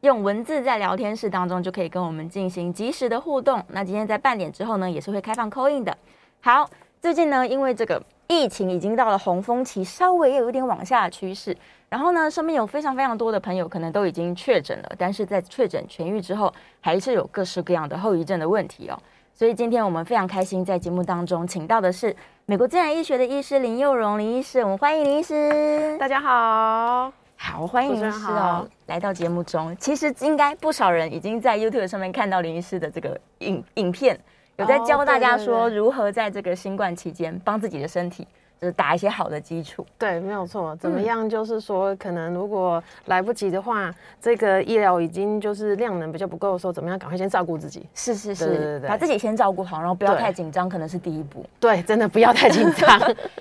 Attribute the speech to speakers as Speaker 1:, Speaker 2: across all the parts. Speaker 1: 用文字在聊天室当中就可以跟我们进行及时的互动。那今天在半点之后呢，也是会开放 call in 的。好，最近呢，因为这个疫情已经到了红峰期，稍微也有一点往下的趋势。然后呢，身边有非常非常多的朋友可能都已经确诊了，但是在确诊痊愈之后，还是有各式各样的后遗症的问题哦。所以今天我们非常开心，在节目当中请到的是美国自然医学的医师林佑荣林医师，我们欢迎林医师。
Speaker 2: 大家好，
Speaker 1: 好，欢迎
Speaker 2: 主持
Speaker 1: 林医
Speaker 2: 人
Speaker 1: 师
Speaker 2: 好
Speaker 1: 哦，来到节目中。其实应该不少人已经在 YouTube 上面看到林医师的这个影影片，有在
Speaker 2: 哦
Speaker 1: 教大家
Speaker 2: 对对
Speaker 1: 说
Speaker 2: 对
Speaker 1: 如何在这个新冠期间帮自己的身体就是打一些好的基础。
Speaker 2: 对，没有错。怎么样？就是说，可能如果来不及的话，这个医疗已经就是量能比较不够的时候，怎么样？赶快先照顾自己。
Speaker 1: 是是
Speaker 2: 对对对
Speaker 1: 是，
Speaker 2: 对
Speaker 1: 把自己先照顾好，然后不要
Speaker 2: 对
Speaker 1: 太紧张，可能是第一步。
Speaker 2: 对，真的不要太紧 张。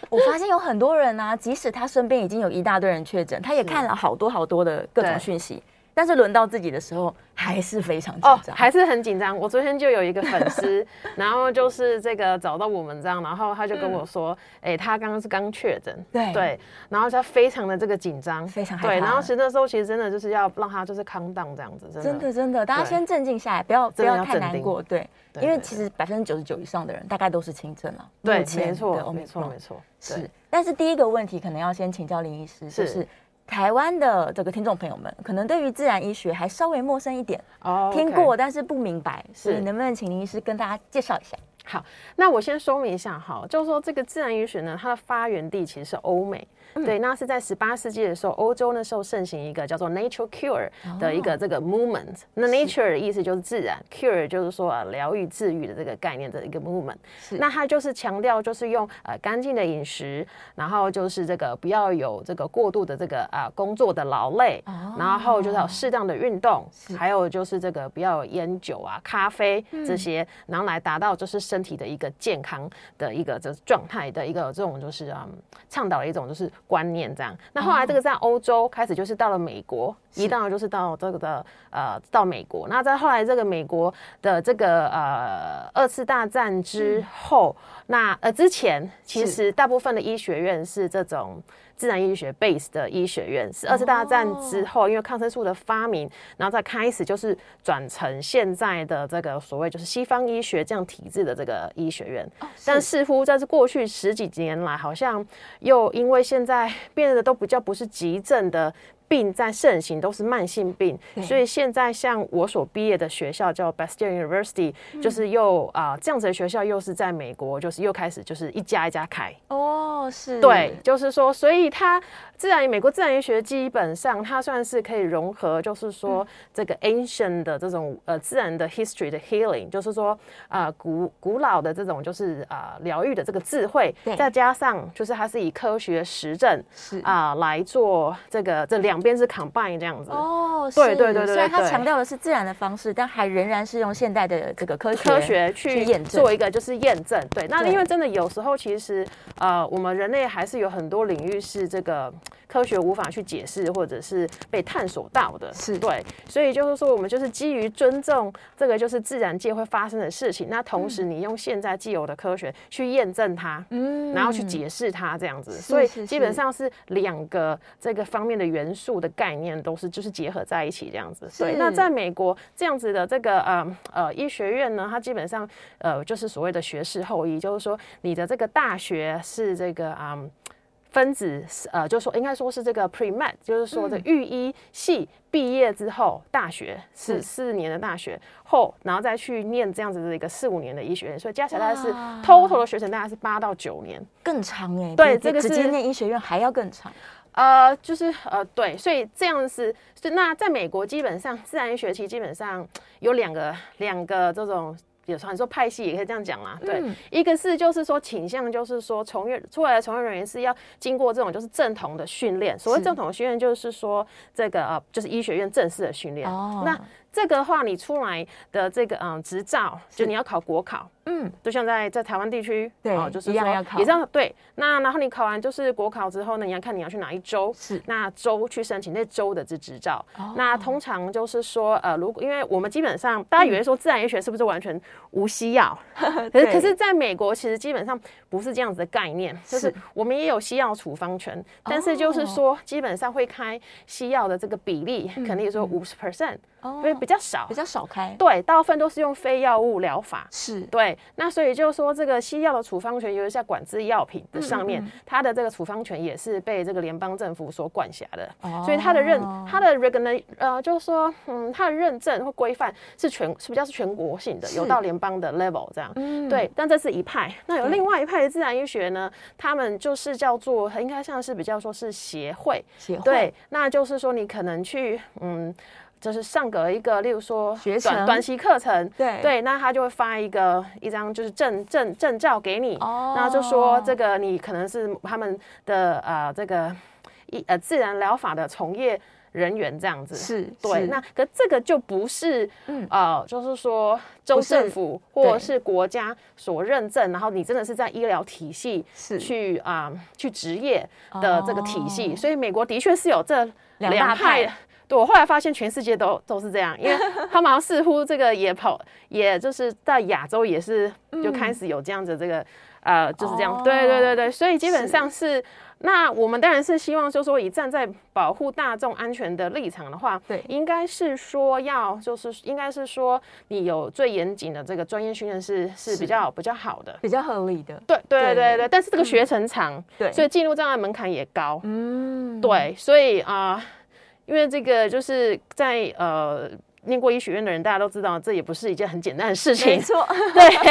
Speaker 1: 我发现有很多人啊，即使他身边已经有一大堆人确诊，他也看了好多好多的各种
Speaker 2: 对
Speaker 1: 讯息，但是轮到自己的时候，还是非常紧
Speaker 2: 哦，
Speaker 1: 张。
Speaker 2: 还是很紧张。我昨天就有一个粉 丝，然后就是这个找到我们这样，然后他就跟我说，哎、他刚刚是刚确诊，
Speaker 1: 对
Speaker 2: 然后他非常的这个紧张，
Speaker 1: 非常害
Speaker 2: 对，
Speaker 1: 怕
Speaker 2: 然后其实那时候其实真的就是要让他就是康荡这样子，真的，
Speaker 1: 真的真的，大家
Speaker 2: 对
Speaker 1: 先镇静下来，不要不
Speaker 2: 真的
Speaker 1: 要
Speaker 2: 要
Speaker 1: 太
Speaker 2: 镇
Speaker 1: 难
Speaker 2: 定
Speaker 1: 过，对，
Speaker 2: 对
Speaker 1: 因为
Speaker 2: 对
Speaker 1: 其实百分之九十九以上的人大概都是轻症了，
Speaker 2: 对，
Speaker 1: 目前
Speaker 2: 没
Speaker 1: 的
Speaker 2: 错，没
Speaker 1: Omicron
Speaker 2: 错，没错，对
Speaker 1: 是。但是第一个问题可能要先请教林医师，就是是台湾的这个听众朋友们，可能对于自然医学还稍微陌生一点，
Speaker 2: 哦，OK
Speaker 1: 听过但是不明白，所以
Speaker 2: 是
Speaker 1: 能不能请林医师跟大家介绍一下？
Speaker 2: 好，那我先说明一下哈，就是说这个自然医学呢，它的发源地其实是欧美，对，那是在十八世纪的时候，欧洲那时候盛行一个叫做 nature cure 的一个这个 movement、那 nature 的意思就是自然，cure 就是说呃疗愈、治愈的这个概念的一个 movement。那它就是强调就是用呃干净的饮食，然后就是这个不要有这个过度的这个啊、呃工作的劳累，然后就是要有适当的运动，还有哦就是这个不要有烟酒啊、咖啡这些，然后来达到就是身体的一个健康的一个这状态的一个这种就是嗯倡导的一种就是观念这样。那后来这个在欧洲开始就是到了美国，一到就是到这个的呃到美国，那再后来这个美国的这个呃二次大战之后，那呃之前其
Speaker 1: 是
Speaker 2: 实大部分的医学院是这种。自然医学 base 的医学院是二次大战之后，因为抗生素的发明，然后再开始就是转成现在的这个所谓就是西方医学这样体制的这个医学院。但似乎在这过去十几年来，好像又因为现在 变得都比较不是急症的。病在盛行都是慢性病，所以现在像我所毕业的学校叫 b a s t i o n University，、就是又啊、这样子的学校又是在美国，就是又开始就是一家一家开，
Speaker 1: 哦，是
Speaker 2: 对，就是说，所以它自然美国自然医学基本上它算是可以融合，就是
Speaker 1: 嗯
Speaker 2: 说这个 ancient 的这种呃自然的 history 的 healing，就是说呃古古老的这种就是啊疗愈的这个智慧
Speaker 1: 对，
Speaker 2: 再加上就是它是以科学实证
Speaker 1: 是
Speaker 2: 啊、来做这个这两边是 combine 这样子。
Speaker 1: 哦，
Speaker 2: 对
Speaker 1: 是
Speaker 2: 对对
Speaker 1: 虽
Speaker 2: 对
Speaker 1: 然它
Speaker 2: 对
Speaker 1: 强调的是自然的方式，但还仍然是用现代的这个科学
Speaker 2: 科学
Speaker 1: 去
Speaker 2: 去
Speaker 1: 验证
Speaker 2: 做一个就是验证，对。那
Speaker 1: 对
Speaker 2: 因为真的有时候其实呃，我们人类还是有很多领域是这个科学无法去解释或者是被探索到的，
Speaker 1: 是
Speaker 2: 对。所以就是说，我们就是基于尊重这个就是自然界会发生的事情，那同时你用现在既有的科学去验证它，
Speaker 1: 嗯
Speaker 2: 然后去解释它这样子，
Speaker 1: 是
Speaker 2: 所以
Speaker 1: 是
Speaker 2: 基本
Speaker 1: 是
Speaker 2: 上是两个这个方面的元素的概念都是就是结合在一起这样子。对，那
Speaker 1: 是
Speaker 2: 在美国这样子的这个呃呃医学院呢，它基本上呃就是所谓的学士后裔，就是说你的这个大学是这个啊。嗯分子呃，就是说应该说是这个 pre med，就是说
Speaker 1: 嗯
Speaker 2: 的育医系毕业之后，大学是
Speaker 1: 是
Speaker 2: 四年的大学后，然后再去念这样子的一个四五年的医学院，所以加起来大概是
Speaker 1: 哇
Speaker 2: total 的学程大概是八到九年。
Speaker 1: 更长哎、
Speaker 2: 对
Speaker 1: 比
Speaker 2: 这个
Speaker 1: 直接
Speaker 2: 是
Speaker 1: 念医学院还要更长，
Speaker 2: 呃，就是呃，对，所以这样是，是那在美国基本上自然医学期基本上有两个两个这种。也传说派系也可以这样讲啦，
Speaker 1: 嗯
Speaker 2: 对，一个是就是说倾向就是说从业出来的从业人员是要经过这种就是正统的训练，所谓
Speaker 1: 是
Speaker 2: 正统的训练就是说这个呃就是医学院正式的训练，
Speaker 1: 哦
Speaker 2: 那这个的话，你出来的这个嗯执照，就你要考国考，
Speaker 1: 嗯，
Speaker 2: 就像在在台湾地区，
Speaker 1: 对
Speaker 2: 哦就是
Speaker 1: 一样
Speaker 2: 说
Speaker 1: 要考
Speaker 2: 也这样对。那然后你考完就是国考之后呢，你要看你要去哪一州，
Speaker 1: 是
Speaker 2: 那州去申请那州的这执照。
Speaker 1: 哦
Speaker 2: 那通常就是说，呃，如果因为我们基本上大家以为说自然医学是不是完全无 西药，可是
Speaker 1: 对
Speaker 2: 可是在美国其实基本上不是这样子的概 念，就是是我们也有西药处方权，但是就是
Speaker 1: 哦
Speaker 2: 说基本上会开西药的这个比例，可能也说五十 percent，
Speaker 1: 哦
Speaker 2: 因为比较少
Speaker 1: 比，较少开，
Speaker 2: 对，大部分都是用非药物疗法。
Speaker 1: 是
Speaker 2: 对，那所以就是说，这个西药的处方权，尤其在管制药品的上
Speaker 1: 嗯
Speaker 2: 面，它的这个处方权也是被这个联邦政府所管辖的。
Speaker 1: 哦
Speaker 2: 所以它的认，它的 r e g u l a 呃，就是说，嗯，它的认证或规范是全是比较是全国性的，有
Speaker 1: 是
Speaker 2: 到联邦的 level 这样。
Speaker 1: 嗯
Speaker 2: 对，但这是一派。那有
Speaker 1: 对
Speaker 2: 另外一派的自然医学呢，他们就是叫做应该像是比较说是协会，
Speaker 1: 协会
Speaker 2: 对，那就是说你可能去嗯。就是上个一个，例如说
Speaker 1: 学程
Speaker 2: 短短期课程，
Speaker 1: 对
Speaker 2: 对，那他就会发一个一张就是证证证照给你，
Speaker 1: 哦
Speaker 2: 那就说这个你可能是他们的呃这个一呃自然疗法的从业人员这样子，
Speaker 1: 是
Speaker 2: 对，
Speaker 1: 是
Speaker 2: 那可这个就不是，
Speaker 1: 嗯
Speaker 2: 呃，就是说州
Speaker 1: 不是
Speaker 2: 政府或
Speaker 1: 对
Speaker 2: 是国家所认证，然后你真的是在医疗体系
Speaker 1: 是
Speaker 2: 去啊、去职业的这个体系，
Speaker 1: 哦
Speaker 2: 所以美国的确是有这
Speaker 1: 两大
Speaker 2: 两派
Speaker 1: 派。
Speaker 2: 对我后来发现全世界都都是这样，因为他们好像似乎这个也跑，也就是在亚洲也是就开始有这样子这个。呃，就是这样，
Speaker 1: 嗯哦
Speaker 2: 对对对对，所以基本
Speaker 1: 是
Speaker 2: 上是，那我们当然是希望，就是说以站在保护大众安全的立场的话，
Speaker 1: 对
Speaker 2: 应该是说要，就是应该是说你有最严谨的这个专业训练是是比较比较好的，
Speaker 1: 比较合理的，
Speaker 2: 对对嗯
Speaker 1: 对
Speaker 2: 对对，但是这个学程长，
Speaker 1: 对
Speaker 2: 所以进入障碍门槛也高，
Speaker 1: 嗯，
Speaker 2: 对，所以啊、因为这个就是在呃念过医学院的人，大家都知道，这也不是一件很简单的事
Speaker 1: 没
Speaker 2: 情。
Speaker 1: 错，
Speaker 2: 对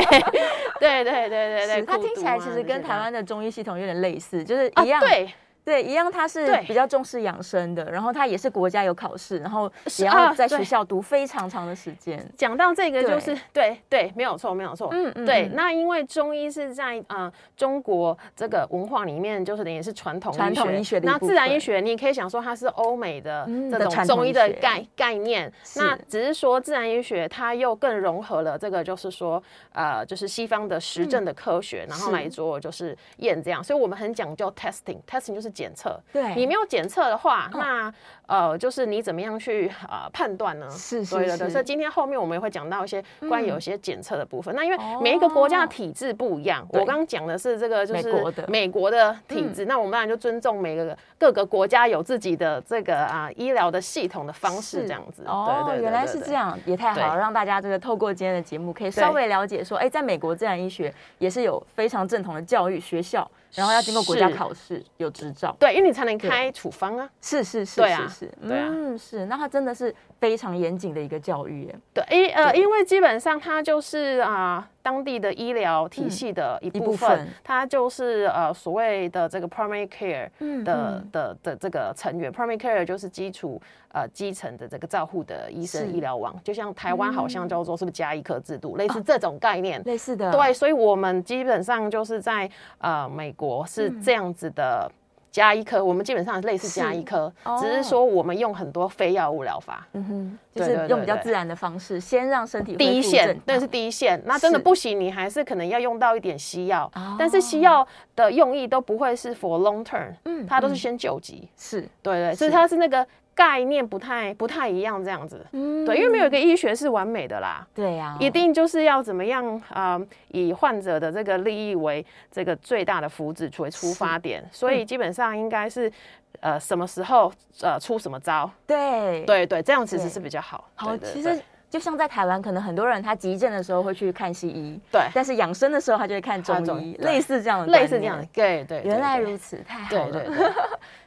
Speaker 2: 对对对对对，
Speaker 1: 是它
Speaker 2: 苦
Speaker 1: 听起
Speaker 2: 读
Speaker 1: 来
Speaker 2: 啊
Speaker 1: 其
Speaker 2: 这
Speaker 1: 实
Speaker 2: 些
Speaker 1: 跟
Speaker 2: 的
Speaker 1: 台湾的中医系统有点类似，就是
Speaker 2: 啊
Speaker 1: 一样，
Speaker 2: 对
Speaker 1: 对一样，它是
Speaker 2: 对
Speaker 1: 比较重视养生的，然后它也是国家有考试，然后
Speaker 2: 是
Speaker 1: 也要
Speaker 2: 啊
Speaker 1: 在学
Speaker 2: 对
Speaker 1: 校读非常长的时间，
Speaker 2: 讲到这个，
Speaker 1: 对
Speaker 2: 就是对对，没有错，没有错。
Speaker 1: 嗯嗯
Speaker 2: 对
Speaker 1: 嗯。
Speaker 2: 那因为中医是在呃中国这个文化里面，就是等于是传统
Speaker 1: 传统医学的一
Speaker 2: 那
Speaker 1: 部
Speaker 2: 自然医
Speaker 1: 分
Speaker 2: 学，你也可以想说它是欧美的
Speaker 1: 嗯
Speaker 2: 这
Speaker 1: 的
Speaker 2: 种
Speaker 1: 传
Speaker 2: 中
Speaker 1: 统
Speaker 2: 医
Speaker 1: 医
Speaker 2: 的
Speaker 1: 学
Speaker 2: 概概念。那
Speaker 1: 是
Speaker 2: 只是说自然医学它又更融合了这个，就是说呃，就是西方的实证的科学，然后
Speaker 1: 是
Speaker 2: 来做就是验这样。所以我们很讲究 testing，testing 就是检测。
Speaker 1: 对
Speaker 2: 你没有检测的话，
Speaker 1: 嗯
Speaker 2: 那呃，就是你怎么样去呃判断呢？
Speaker 1: 是是
Speaker 2: 对对对，
Speaker 1: 是嗯
Speaker 2: 所以今天后面我们也会讲到一些关于有一些检测的部分。那因为
Speaker 1: 哦
Speaker 2: 每一个国家的体制不一样，
Speaker 1: 对
Speaker 2: 我刚刚讲的是这个就是
Speaker 1: 美国的嗯
Speaker 2: 美国的体制，那我们当然就尊重每个各个国家有自己的这个啊、医疗的系统的方式
Speaker 1: 是
Speaker 2: 这样子。对
Speaker 1: 哦
Speaker 2: 对，对
Speaker 1: 原来
Speaker 2: 对
Speaker 1: 是
Speaker 2: 对
Speaker 1: 这样，也太好了，
Speaker 2: 对
Speaker 1: 让大家这个透过今天的节目，可以稍
Speaker 2: 对
Speaker 1: 微了解说，哎，在美国自然医学也是有非常正统的教育学校，然后要经过国家
Speaker 2: 是
Speaker 1: 考试，有执照。
Speaker 2: 对，因为你才能开处方啊。
Speaker 1: 是是是
Speaker 2: 对啊
Speaker 1: 是是，
Speaker 2: 对啊
Speaker 1: 嗯是，那它真的是非常严谨的一个教育耶，
Speaker 2: 对，因呃，
Speaker 1: 对
Speaker 2: 因为基本上它就是啊、当地的医疗体系的一
Speaker 1: 一
Speaker 2: 部
Speaker 1: 部
Speaker 2: 分，
Speaker 1: 分
Speaker 2: 它就是呃所谓的这个 primary care
Speaker 1: 嗯
Speaker 2: 的、
Speaker 1: 嗯
Speaker 2: 的的这个成员，primary care 就是基础呃基层的这个照护的医
Speaker 1: 是嗯
Speaker 2: 生医疗网，就像台湾好像叫做是不是加医科制度，类似这种概念。
Speaker 1: 类似的，
Speaker 2: 对，所以我们基本上就是在呃美国是
Speaker 1: 嗯
Speaker 2: 这样子的。加医科，我们基本上类似加医科，
Speaker 1: 哦
Speaker 2: 只是说我们用很多非药物疗法。
Speaker 1: 嗯哼，就
Speaker 2: 对
Speaker 1: 是
Speaker 2: 对
Speaker 1: 用
Speaker 2: 对
Speaker 1: 比较
Speaker 2: 对
Speaker 1: 自然的方式，先让身体
Speaker 2: 第
Speaker 1: 恢
Speaker 2: 一
Speaker 1: 复
Speaker 2: 线
Speaker 1: 正，
Speaker 2: 对，是
Speaker 1: 常
Speaker 2: 第一线。那真的
Speaker 1: 是
Speaker 2: 不行，你还是可能要用到一点西药，
Speaker 1: 哦
Speaker 2: 但是西药的用意都不会是 for long term，
Speaker 1: 嗯
Speaker 2: 它都是
Speaker 1: 嗯
Speaker 2: 先救急，
Speaker 1: 是，
Speaker 2: 对对，所
Speaker 1: 是
Speaker 2: 以它是那个概念不太不太一样这样子。
Speaker 1: 嗯哦
Speaker 2: 对，因为没有一个医学是完美的啦，
Speaker 1: 对呀，
Speaker 2: 一定就是要怎么样啊、呃以患者的这个利益为这个最大的福祉作为出发点，所
Speaker 1: 嗯
Speaker 2: 以基本上应该是呃什么时候呃出什么招，
Speaker 1: 对。
Speaker 2: 对对，这样其实
Speaker 1: 对
Speaker 2: 是比较好。
Speaker 1: 好，
Speaker 2: 对对
Speaker 1: 其
Speaker 2: 对
Speaker 1: 实就像在台湾，可能很多人他急症的时候会去看西医，
Speaker 2: 对
Speaker 1: 但是养生的时候他就会看
Speaker 2: 看
Speaker 1: 中
Speaker 2: 中
Speaker 1: 医
Speaker 2: 医，
Speaker 1: 类似这样的观
Speaker 2: 类
Speaker 1: 念，
Speaker 2: 似这样的，对对，对
Speaker 1: 原来
Speaker 2: 对
Speaker 1: 如此，太好
Speaker 2: 对对
Speaker 1: 了。
Speaker 2: 对，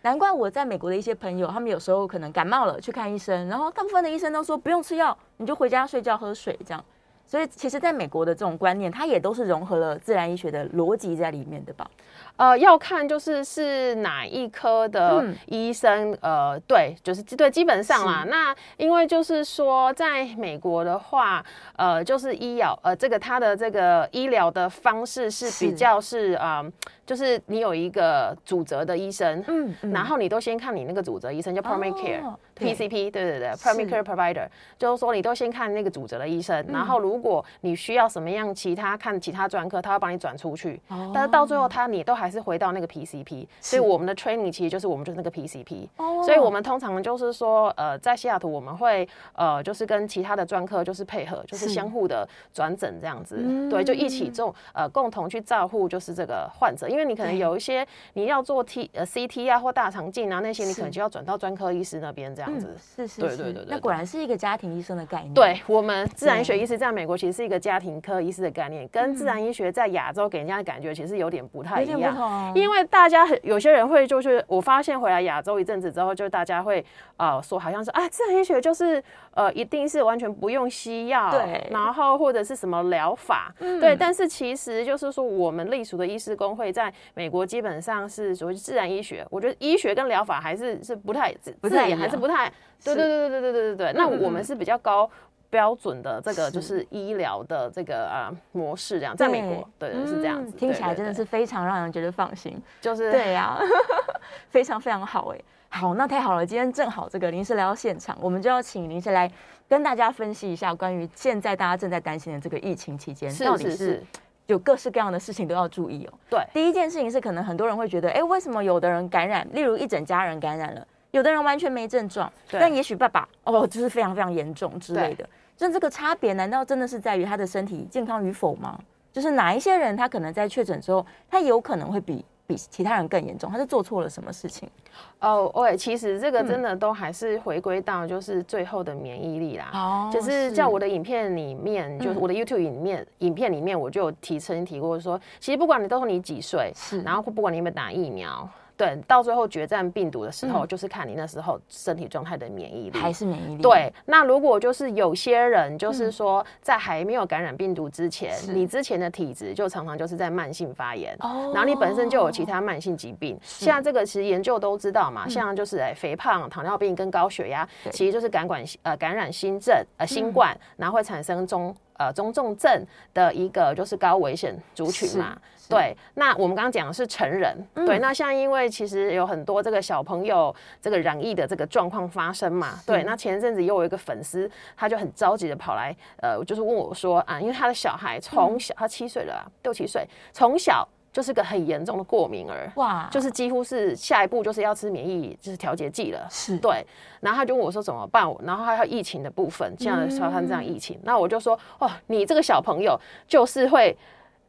Speaker 1: 难怪我在美国的一些朋友，他们有时候可能感冒了去看医生，然后大部分的医生都说不用吃药，你就回家睡觉喝水这样。所以其实，在美国的这种观念，它也都是融合了自然医学的逻辑在里面的吧？
Speaker 2: 呃，要看就是是哪一科的
Speaker 1: 嗯
Speaker 2: 医生，呃，对，就是对，基本上啦。那因为就是说，在美国的话，呃，就是医疗，呃，这个它的这个医疗的方式是
Speaker 1: 是
Speaker 2: 比较是啊、呃就是你有一个主责的医生，
Speaker 1: 嗯嗯
Speaker 2: 然后你都先看你那个主责医生叫 primary
Speaker 1: 哦
Speaker 2: care
Speaker 1: 对
Speaker 2: PCP，对对对，primary care provider，就是说你都先看那个主责的医生，然后如果你需要什么样其他看其他专科，他会帮你转出去，
Speaker 1: 哦
Speaker 2: 但是到最后他你都还是回到那个 PCP，所以我们的 training 其实就是我们就是那个 PCP，
Speaker 1: 哦
Speaker 2: 所以我们通常就是说，呃，在西雅图我们会呃，就是跟其他的专科就是配合，就是
Speaker 1: 是嗯
Speaker 2: 相互的转诊这样子，对，就一起重呃共同去照顾就是这个患者，因为你可能
Speaker 1: 对
Speaker 2: 有一些你要做 T 呃 CT 啊或大肠镜啊那些，你可
Speaker 1: 是
Speaker 2: 能就要转到专科医师那边这样子。
Speaker 1: 嗯是是
Speaker 2: 对
Speaker 1: 是
Speaker 2: 对对对
Speaker 1: 那
Speaker 2: 对
Speaker 1: 果然是一个家庭医生的概念。
Speaker 2: 对我们自然医学医师在美国其实是一个家庭科医师的概念，跟自然医学在亚洲给人家的感觉其实有点不
Speaker 1: 嗯
Speaker 2: 太
Speaker 1: 有
Speaker 2: 一
Speaker 1: 点
Speaker 2: 样
Speaker 1: 不。同，
Speaker 2: 因为大家很有些人会就是，我发现回来亚洲一阵子之后，就大家会呃说好像是啊，自然医学就是呃一定是完全不用西药，
Speaker 1: 对嗯
Speaker 2: 然后或者是什么疗法，对。但是其实就是说，我们隶属的医师工会在美国基本上是属于自然医学，我觉得医学跟疗法还是是不太自
Speaker 1: 不
Speaker 2: 自
Speaker 1: 太一
Speaker 2: 也还是
Speaker 1: 样嗯
Speaker 2: 不太，对对对对对对对对。那我们是比较高。标准的这个就是是医疗的这个啊、呃模式，这样在美国，对对是这样
Speaker 1: 嗯
Speaker 2: 子，
Speaker 1: 听
Speaker 2: 对
Speaker 1: 起来
Speaker 2: 对
Speaker 1: 真的
Speaker 2: 对
Speaker 1: 是非常让人觉得放心。
Speaker 2: 就是
Speaker 1: 对呀、 非常非常好哎、好，那太好了，今天正好这个林氏来到现场，我们就要请林氏来跟大家分析一下关于现在大家正在担心的这个疫情期间，
Speaker 2: 是
Speaker 1: 到底
Speaker 2: 是
Speaker 1: 是
Speaker 2: 是，
Speaker 1: 有各式各样的事情都要注意哦。
Speaker 2: 对。
Speaker 1: 第一件事情是，可能很多人会觉得，哎，为什么有的人感染，例如一整家人感染了，有的人完全没症状，
Speaker 2: 对
Speaker 1: 但也许爸爸哦，就是非常非常严重之类的。那这个差别，难道真的是在于他的身体健康与否吗？就是哪一些人他可能在确诊之后，他有可能会比比其他人更严重，他是做错了什么事情？
Speaker 2: 哦，喂，其实这
Speaker 1: 嗯
Speaker 2: 个真的都还是回归到就是最后的免疫力啦。
Speaker 1: 哦
Speaker 2: 就是在我
Speaker 1: 的
Speaker 2: 的影片里面，就是
Speaker 1: 嗯
Speaker 2: 我的 YouTube 里面影片里面，我就有提曾提过说，其实不管你到时候你几岁，
Speaker 1: 是
Speaker 2: 然后不管你有没有打疫苗，对，到最后决战病毒的时候，
Speaker 1: 嗯
Speaker 2: 就是看你那时候身体状态的免疫力。
Speaker 1: 还是免疫力
Speaker 2: 对，那如果就是有些人，就是说在还没有感染病毒之前，
Speaker 1: 嗯是
Speaker 2: 你之前的体质就常常就是在慢性发炎，
Speaker 1: 哦
Speaker 2: 然后你本身就有其他慢性疾病。像这个其实研究都知道嘛，像就是哎肥胖、糖尿病跟高血压，
Speaker 1: 嗯对嗯
Speaker 2: 其实就是感管呃感染新症呃新冠，然后会产生中。呃，中重症的一个就是高危险族群嘛，
Speaker 1: 是是嗯
Speaker 2: 对。那我们刚刚讲的是成人，对。那像因为其实有很多这个小朋友这个染疫的这个状况发生嘛，对。那前阵子又有一个粉丝，他就很着急的跑来，呃，就是问我说啊，因为他的小孩
Speaker 1: 嗯
Speaker 2: 从小、他七岁了啊，六七岁，从小就是个很严重的过敏儿，
Speaker 1: 哇，
Speaker 2: 就是是几乎是下一步就是要吃免疫就是调节剂了。
Speaker 1: 是
Speaker 2: 对，然后他就问我说怎么办，然后还有疫情的部分，现
Speaker 1: 嗯
Speaker 2: 在发生这样疫情，那我就说哦，你这个小朋友就是会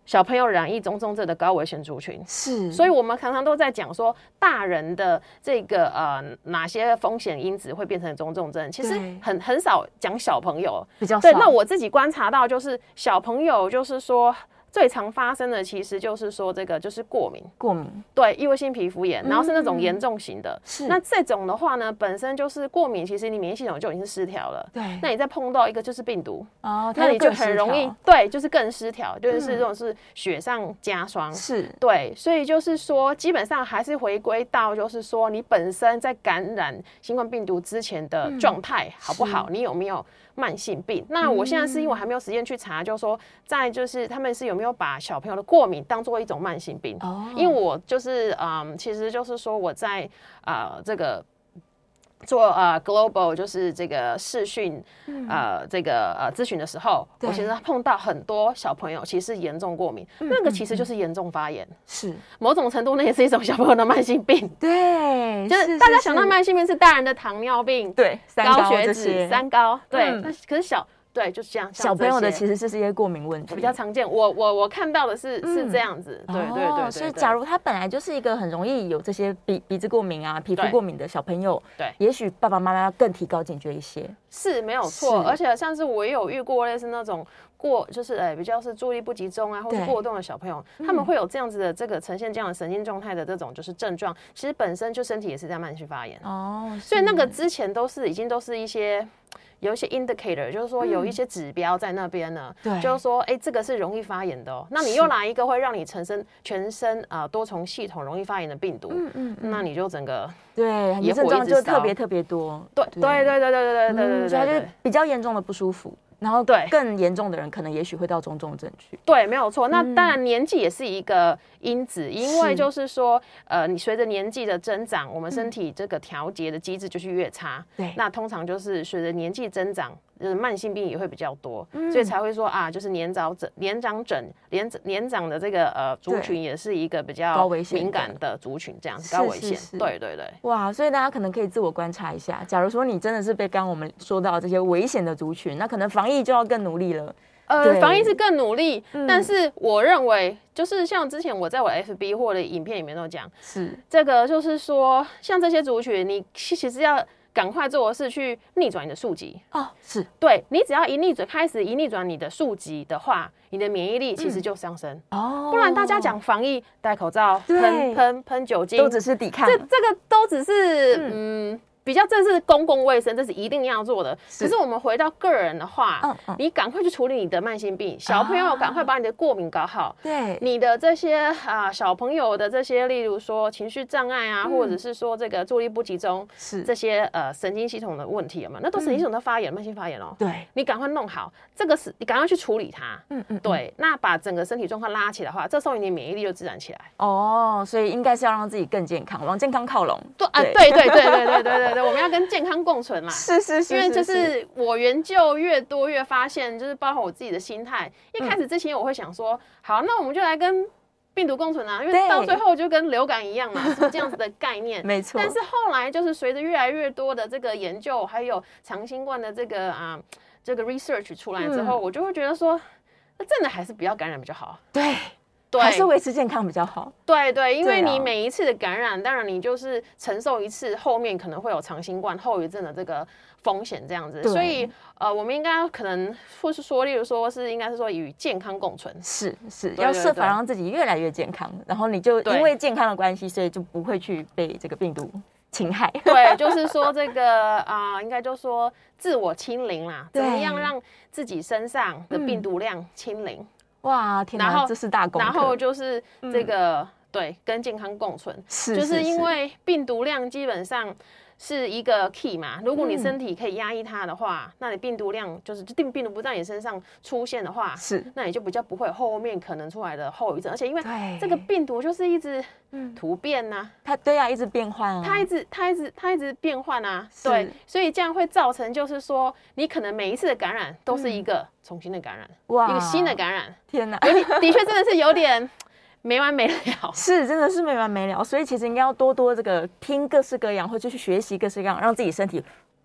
Speaker 2: 小朋友染疫中重症的高危险族群，
Speaker 1: 是，
Speaker 2: 所
Speaker 1: 以
Speaker 2: 以我们常常都在讲说，大人的这个呃哪些风险因子会变成中重症，其实
Speaker 1: 对
Speaker 2: 很很少讲小朋友。
Speaker 1: 比较
Speaker 2: 对，
Speaker 1: 少
Speaker 2: 那我自己观察到，就是小朋友就是说最常发生的，其实就是说这个就是过敏，
Speaker 1: 过敏
Speaker 2: 对，异位性皮肤炎，然后是那种
Speaker 1: 嗯
Speaker 2: 严重型的。
Speaker 1: 是
Speaker 2: 那这种的话呢，本身就是过敏，其实你免疫系统就已经是失调了。
Speaker 1: 对
Speaker 2: 那你再碰到一个就是病毒，
Speaker 1: 哦，它
Speaker 2: 那你就
Speaker 1: 更失
Speaker 2: 很容易
Speaker 1: 调
Speaker 2: 对，就是更失调，就是
Speaker 1: 嗯
Speaker 2: 这种是雪上加霜。
Speaker 1: 是
Speaker 2: 对，所以就是说，基本上还是回归到，就是说你本身在感染新冠病毒之前的
Speaker 1: 嗯
Speaker 2: 状态、好不好？你有没有慢性病？那我现在是因为我还没有时间去查，就是说在就是他们是有没有把小朋友的过敏当做一种慢性病？
Speaker 1: 哦
Speaker 2: 因为我就是嗯，其实就是说我在啊、呃这个。做呃 global 就是这个视讯、呃这个呃咨询的时候，
Speaker 1: 嗯对嗯
Speaker 2: 我其实碰到很多小朋友其实严重过敏，那个其实就是严重发炎，
Speaker 1: 是
Speaker 2: 某种程度那也是一种小朋友的慢性病，
Speaker 1: 对，
Speaker 2: 就是大家想到
Speaker 1: 是
Speaker 2: 慢性病是大人的糖尿病、
Speaker 1: 对三
Speaker 2: 高血
Speaker 1: 这
Speaker 2: 脂、
Speaker 1: 些
Speaker 2: 三高，对
Speaker 1: 嗯，
Speaker 2: 那可是小对就是这样，像
Speaker 1: 小朋友的
Speaker 2: 这些
Speaker 1: 其实是这些过敏问题
Speaker 2: 比较常见，我我我看到的是是这样子，对对对
Speaker 1: 哦
Speaker 2: 对，
Speaker 1: 所以
Speaker 2: 对
Speaker 1: 假如他本来就是一个很容易有这些鼻鼻子过敏啊、皮肤
Speaker 2: 对
Speaker 1: 过敏的小朋友，
Speaker 2: 对
Speaker 1: 也许爸爸妈妈要更提高警觉一些。
Speaker 2: 是没有错，
Speaker 1: 是
Speaker 2: 而且像是我也有遇过类似那种过，就是哎、比较是注意力不集中啊，或
Speaker 1: 对嗯
Speaker 2: 是过动的小朋友，他们会有这样子的这个呈现这样的神经状态的这种就是症状，其实本身就身体也是在慢性发炎，
Speaker 1: 哦，
Speaker 2: 所以那个
Speaker 1: 是
Speaker 2: 之前都是已经都是一些。有一些 indicator，就是说有一些指标在那边呢，
Speaker 1: 嗯对
Speaker 2: 就是说，哎、这个是容易发炎的哦。那你
Speaker 1: 是
Speaker 2: 又来一个会让你全身全身啊、呃多重系统容易发炎的病毒，嗯嗯那你就整个
Speaker 1: 对，你
Speaker 2: 野
Speaker 1: 症
Speaker 2: 火一
Speaker 1: 状
Speaker 2: 直
Speaker 1: 就特
Speaker 2: 烧
Speaker 1: 别特别多。
Speaker 2: 对对对对对对对对
Speaker 1: 嗯
Speaker 2: 对
Speaker 1: 所以他
Speaker 2: 对
Speaker 1: 就是比较严重的不舒服。然后
Speaker 2: 对
Speaker 1: 更严重的人可能也许会到中重症去。
Speaker 2: 对，没有错。那
Speaker 1: 嗯
Speaker 2: 当然，年纪也是一个因子，因为
Speaker 1: 是嗯
Speaker 2: 就是说，呃，你随着年纪的增长，我们身体这个调节的机制就是越差。
Speaker 1: 对
Speaker 2: 那通常就是随着年纪增长，就是慢性病也会比较多，
Speaker 1: 嗯
Speaker 2: 所以才会说啊，就是年长者、年长者、年年长的这个呃族
Speaker 1: 对
Speaker 2: 群也是一个比
Speaker 1: 高
Speaker 2: 较
Speaker 1: 危险的
Speaker 2: 敏感的族群，这样
Speaker 1: 是
Speaker 2: 高危
Speaker 1: 是
Speaker 2: 险
Speaker 1: 是。
Speaker 2: 对对对。
Speaker 1: 哇，所以大家可能可以自我观察一下。假如说你真的是被刚刚我们说到这些危险的族群，那可能防疫就要更努力了。
Speaker 2: 呃
Speaker 1: 对，
Speaker 2: 防疫是更努力，
Speaker 1: 嗯
Speaker 2: 但是我认为，就是像之前我在我 FB 或者影片里面都讲，
Speaker 1: 是，
Speaker 2: 这个就是说，像这些族群，你其其实要赶快做的是去逆转你的宿疾。
Speaker 1: 哦，是
Speaker 2: 对你只要一逆转，开始一逆转你的宿疾的话，你的免疫力其实就上升。
Speaker 1: 哦，
Speaker 2: 不然大家讲防疫，戴口罩，
Speaker 1: 对
Speaker 2: 喷喷喷酒精，
Speaker 1: 都只是抵抗
Speaker 2: 这这个都只是嗯。比较，这是公共卫生，这是一定要做的。
Speaker 1: 是
Speaker 2: 可是我们回到个人的话，
Speaker 1: 嗯嗯啊
Speaker 2: 你赶快去处理你的慢性病，小朋友赶快把你的过敏搞好，
Speaker 1: 对，
Speaker 2: 你的这些啊、小朋友的这些，例如说情绪障碍啊，或者是说这个注意力不集中，
Speaker 1: 是
Speaker 2: 这些呃神经系统的问题有没有？那都神经系统的发炎，慢性发炎哦。
Speaker 1: 对，
Speaker 2: 你赶快弄好这个是，你赶快去处理它。
Speaker 1: 嗯嗯，
Speaker 2: 对，那把整个身体状况拉起来的话，这时候你的免疫力就自然起来。
Speaker 1: 哦，所以应该是要让自己更健康，往健康靠拢。
Speaker 2: 对啊，对对对对对对对对，我们要跟健康共存嘛。
Speaker 1: 是是是，
Speaker 2: 因为就是是我研究越多，越发现就是包括我自己的心态。一开始之前我会想说，好，那我们就来跟病毒共存啊，因
Speaker 1: 对
Speaker 2: 为到最后就跟流感一样嘛，是这样子的概 念。
Speaker 1: 没错
Speaker 2: 但是后来就是随着越来越多的这个研究，还有长新冠的这个啊这个 research 出来之
Speaker 1: 嗯
Speaker 2: 后，我就会觉得说，那真的还是不要感染比较好。
Speaker 1: 对，
Speaker 2: 对，
Speaker 1: 还是维持健康比较好。
Speaker 2: 对对，因为
Speaker 1: 对啊
Speaker 2: 你每一次的感染，当然你就是承受一次，后面可能会有长新冠后遗症的这个风险这样子
Speaker 1: 对，
Speaker 2: 所以呃，我们应该可能或是说，例如说是应该是说与健康共存。
Speaker 1: 是是，
Speaker 2: 对
Speaker 1: 要
Speaker 2: 对
Speaker 1: 设法
Speaker 2: 对
Speaker 1: 让自己越来越健康，然后你就因
Speaker 2: 对
Speaker 1: 为健康的关系，所以就不会去被这个病毒侵害。
Speaker 2: 对，就是说这个啊、应该就说自我清零啦，
Speaker 1: 对
Speaker 2: 怎么样让自己身上的病毒量清零，
Speaker 1: 哇，天
Speaker 2: 然
Speaker 1: 哪，
Speaker 2: 后
Speaker 1: 这是大功课。嗯
Speaker 2: 然后就是这个、对跟健康共存。
Speaker 1: 是
Speaker 2: 就是因为病毒量基本上是一个 key 嘛，如
Speaker 1: 嗯
Speaker 2: 果你身体可以压抑它的话，那你病毒量就是就定病毒不在你身上出现的话，
Speaker 1: 是
Speaker 2: 那你就比较不会有后面可能出来的后遗症，而且因为
Speaker 1: 对
Speaker 2: 这个病毒就是一直
Speaker 1: 嗯
Speaker 2: 突变呐、
Speaker 1: 它对啊，一直变换啊，
Speaker 2: 它一直它一直它一直变换啊，
Speaker 1: 是
Speaker 2: 对，所以这样会造成就是说你可能每一次的感染都是一个重新的感染，
Speaker 1: 嗯哇
Speaker 2: 一个新的感染，
Speaker 1: 天哪，
Speaker 2: 的确真的是有点没完没了。
Speaker 1: 是真的是没完没了。所以其实应该要多多这个听各式各样，或者去学习各式各样，让自己身体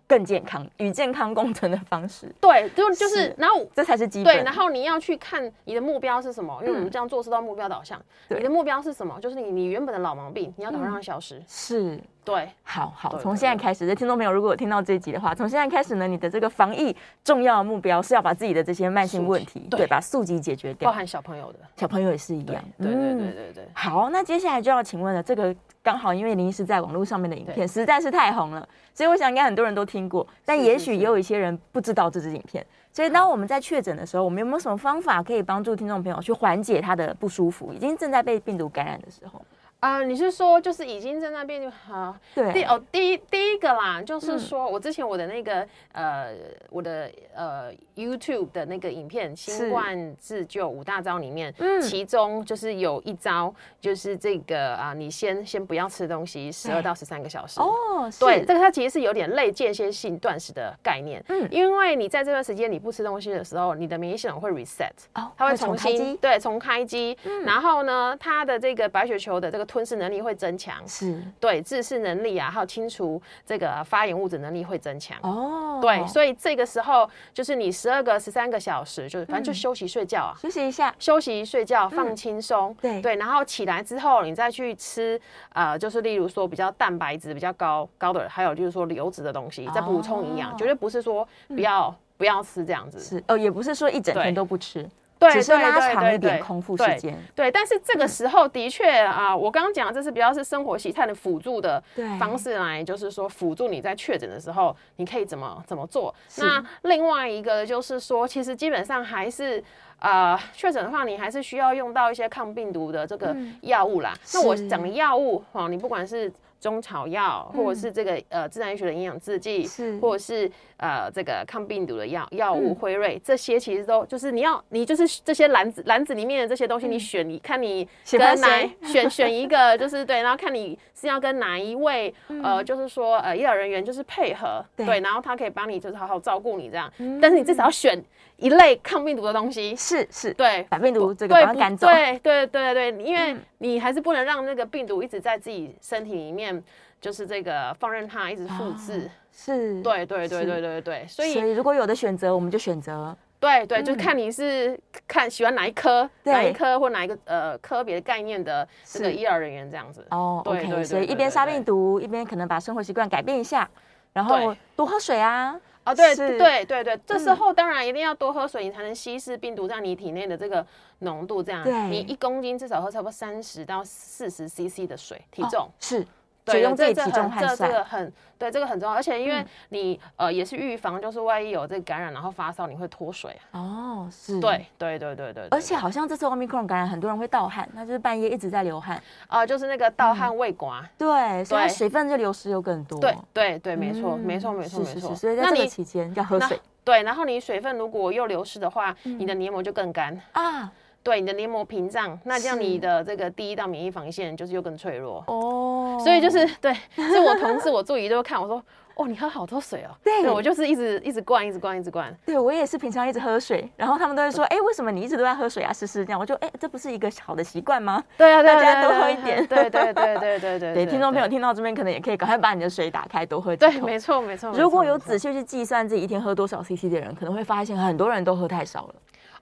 Speaker 1: 更健康，与健康共存的方式，
Speaker 2: 对，就就是
Speaker 1: 是
Speaker 2: 然后
Speaker 1: 这才是基本。
Speaker 2: 对，然后你要去看你的目标是什么，因为我们这样做是到目标导向。
Speaker 1: 嗯对
Speaker 2: 你的目标是什么？就是你你原本的老毛病，你要赶快让它消
Speaker 1: 嗯
Speaker 2: 失。
Speaker 1: 是
Speaker 2: 对，
Speaker 1: 好好，
Speaker 2: 对
Speaker 1: 从
Speaker 2: 对
Speaker 1: 现在
Speaker 2: 对
Speaker 1: 开始，这听众朋友如果有听到这一集的话，从现在开始呢，你的这个防疫重要的目标是要把自己的这些慢性
Speaker 2: 宿
Speaker 1: 问
Speaker 2: 疾
Speaker 1: 题，
Speaker 2: 对
Speaker 1: 对，把宿疾解决
Speaker 2: 包
Speaker 1: 掉。
Speaker 2: 含小朋友的。
Speaker 1: 小朋友也是一样，
Speaker 2: 对对对
Speaker 1: 嗯。
Speaker 2: 对对。
Speaker 1: 好，那接下来就要请问了，这个刚好因为林医师在网络上面的影片实在是太红了，所以我想应该很多人都听过，但
Speaker 2: 是
Speaker 1: 也
Speaker 2: 是
Speaker 1: 许
Speaker 2: 是
Speaker 1: 也有一些人不知道这支影片。所以当我们在确诊的时候，我们有没有什么方法可以帮助听众朋友去缓解他的不舒服？已经正在被病毒感染的时候，
Speaker 2: 啊、你是说就是已经在那边就好？第
Speaker 1: 对，
Speaker 2: 哦，第一第一个啦，就是
Speaker 1: 嗯
Speaker 2: 说、我之前我的那个呃，我的呃 YouTube 的那个影片《
Speaker 1: 是
Speaker 2: 新冠自救五大招》里面，
Speaker 1: 嗯
Speaker 2: 其中就是有一招就是这个啊、你先先不要吃东西十
Speaker 1: 对
Speaker 2: 二到十三个小时。
Speaker 1: 哎哦，
Speaker 2: 对，
Speaker 1: 是
Speaker 2: 这个它其实是有点类间歇性断食的概念，
Speaker 1: 嗯
Speaker 2: 嗯，因为你在这段时间你不吃东西的时候，你的免疫系统会 reset，
Speaker 1: 哦
Speaker 2: 它会
Speaker 1: 重
Speaker 2: 重
Speaker 1: 开
Speaker 2: 新
Speaker 1: 机，嗯
Speaker 2: 对重开机，然后呢，它的这个白血球的这个吞噬能力会增强，
Speaker 1: 是
Speaker 2: 对，自噬能力啊，还有清除这个发炎物质能力会增强。
Speaker 1: 哦，
Speaker 2: 对，所以这个时候就是你十二个、十三个小时，就是反正
Speaker 1: 嗯
Speaker 2: 就休息睡觉啊，
Speaker 1: 休息一下，
Speaker 2: 休息睡觉，放轻松、
Speaker 1: 嗯对
Speaker 2: 对，然后起来之后，你再去吃，呃，就是例如说比较蛋白质比较高高的，还有就是说流质的东西，再补充营养，
Speaker 1: 哦
Speaker 2: 绝对不是说不要、不要吃这样子，
Speaker 1: 是哦，也不是说一整天
Speaker 2: 对
Speaker 1: 都不吃，
Speaker 2: 对
Speaker 1: 只是
Speaker 2: 对
Speaker 1: 拉
Speaker 2: 对
Speaker 1: 长
Speaker 2: 对
Speaker 1: 一点
Speaker 2: 对
Speaker 1: 空腹
Speaker 2: 对
Speaker 1: 时间，
Speaker 2: 对，但是这个时候的确啊、我刚刚讲的这是比较是生活习态的辅助的
Speaker 1: 对
Speaker 2: 方式来，就是说辅助你在确诊的时候，你可以怎么怎么做。那另外一个就是说，其实基本上还是。啊、确诊的话，你还是需要用到一些抗病毒的这个药物啦。那我
Speaker 1: 嗯是
Speaker 2: 讲的药物哦，你不管是中草药，或者是这个呃自然医学的营养制剂，
Speaker 1: 嗯是
Speaker 2: 或者是呃这个抗病毒的药药物
Speaker 1: 嗯
Speaker 2: 辉瑞，这些其实都就是你要你就是这些篮子篮子里面的这些东西，你
Speaker 1: 嗯
Speaker 2: 选你看你
Speaker 1: 喜欢
Speaker 2: 跟哪
Speaker 1: 谁
Speaker 2: 选选一个就是对，然后看你是要跟哪一位呃就是说呃医疗人员就是配合
Speaker 1: 嗯对嗯
Speaker 2: 对，然后他可以帮你就是好好照顾你这样，但是你至少要选一类抗病毒的东西，
Speaker 1: 是是，
Speaker 2: 对，
Speaker 1: 把病毒这个
Speaker 2: 对
Speaker 1: 把它
Speaker 2: 不
Speaker 1: 赶走，
Speaker 2: 对对对对，因为
Speaker 1: 嗯
Speaker 2: 你还是不能让那个病毒一直在自己身体里面，就是这个放任它一直复制。
Speaker 1: 是，
Speaker 2: 对对对
Speaker 1: 啊是
Speaker 2: 对对对，所
Speaker 1: 所
Speaker 2: 以
Speaker 1: 以如果有的选择，我们就选择
Speaker 2: 对对，就
Speaker 1: 嗯
Speaker 2: 看你是看喜欢哪一科、
Speaker 1: 对
Speaker 2: 哪一科或哪一个呃科别概念的这个
Speaker 1: 是
Speaker 2: 医疗人员这样子。
Speaker 1: 哦
Speaker 2: 对对
Speaker 1: ，OK，
Speaker 2: 对
Speaker 1: 所以
Speaker 2: 对
Speaker 1: 一边
Speaker 2: 对
Speaker 1: 杀
Speaker 2: 对
Speaker 1: 病毒，一边可能把生活习惯改变一下，然后
Speaker 2: 对
Speaker 1: 多喝水啊，
Speaker 2: 哦，对
Speaker 1: 是嗯
Speaker 2: 对对对，这时候当然一定要多喝水，你才能稀释病毒在你体内的这个浓度。这样
Speaker 1: 对，
Speaker 2: 你一公斤至少喝差不多三十到四十 CC 的水，体
Speaker 1: 哦
Speaker 2: 重。
Speaker 1: 是，所以
Speaker 2: 对，
Speaker 1: 用自己
Speaker 2: 这
Speaker 1: 体
Speaker 2: 这
Speaker 1: 重
Speaker 2: 很
Speaker 1: 换
Speaker 2: 这这个
Speaker 1: 算，
Speaker 2: 很对，这个很重要，而且因为
Speaker 1: 嗯
Speaker 2: 你、呃也是预防，就是万一有这个感染，然后发烧，你会脱水。啊
Speaker 1: 哦，是，
Speaker 2: 对。对对对对，对
Speaker 1: 而且好像这次 Omicron 感染，很多人会盗汗，那就是半夜一直在流汗，
Speaker 2: 啊、就是那个盗
Speaker 1: 嗯
Speaker 2: 汗胃刮。
Speaker 1: 对，所以它
Speaker 2: 对
Speaker 1: 水分就流失又更多。
Speaker 2: 对对对，没错、
Speaker 1: 嗯
Speaker 2: 没错没错
Speaker 1: 是
Speaker 2: 没
Speaker 1: 是
Speaker 2: 错。
Speaker 1: 是所以在
Speaker 2: 那
Speaker 1: 这个
Speaker 2: 你
Speaker 1: 期间要喝
Speaker 2: 那
Speaker 1: 水嗯
Speaker 2: 对，然后你水分如果又流失的话，你的黏膜就更干，
Speaker 1: 啊。
Speaker 2: 对，你的黏膜屏障，那这样
Speaker 1: 是
Speaker 2: 你的这个第一道免疫防线就是又更脆弱。
Speaker 1: 哦，
Speaker 2: 所以就是对，是我同事我助理都会看我说，哦，你喝好多水哦。
Speaker 1: 对
Speaker 2: 我就是一直一直灌，一直灌，一直灌。
Speaker 1: 对我也是平常一直喝水，然后他们都会说，哎、为什么你一直都在喝水啊？试试这样，我就哎、这不是一个好的习惯吗？
Speaker 2: 对啊，对啊
Speaker 1: 大家
Speaker 2: 对啊
Speaker 1: 多喝
Speaker 2: 对啊
Speaker 1: 一 点
Speaker 2: 对对对对对对
Speaker 1: 对，听众朋友听到这边可能也可以赶快把你的水打开，多喝几
Speaker 2: 对，
Speaker 1: 口。
Speaker 2: 没错没错。没
Speaker 1: 如果
Speaker 2: 错
Speaker 1: 有
Speaker 2: 没错
Speaker 1: 仔细去计算自己一天喝多少 CC 的人，可能会发现很多人都喝太少了。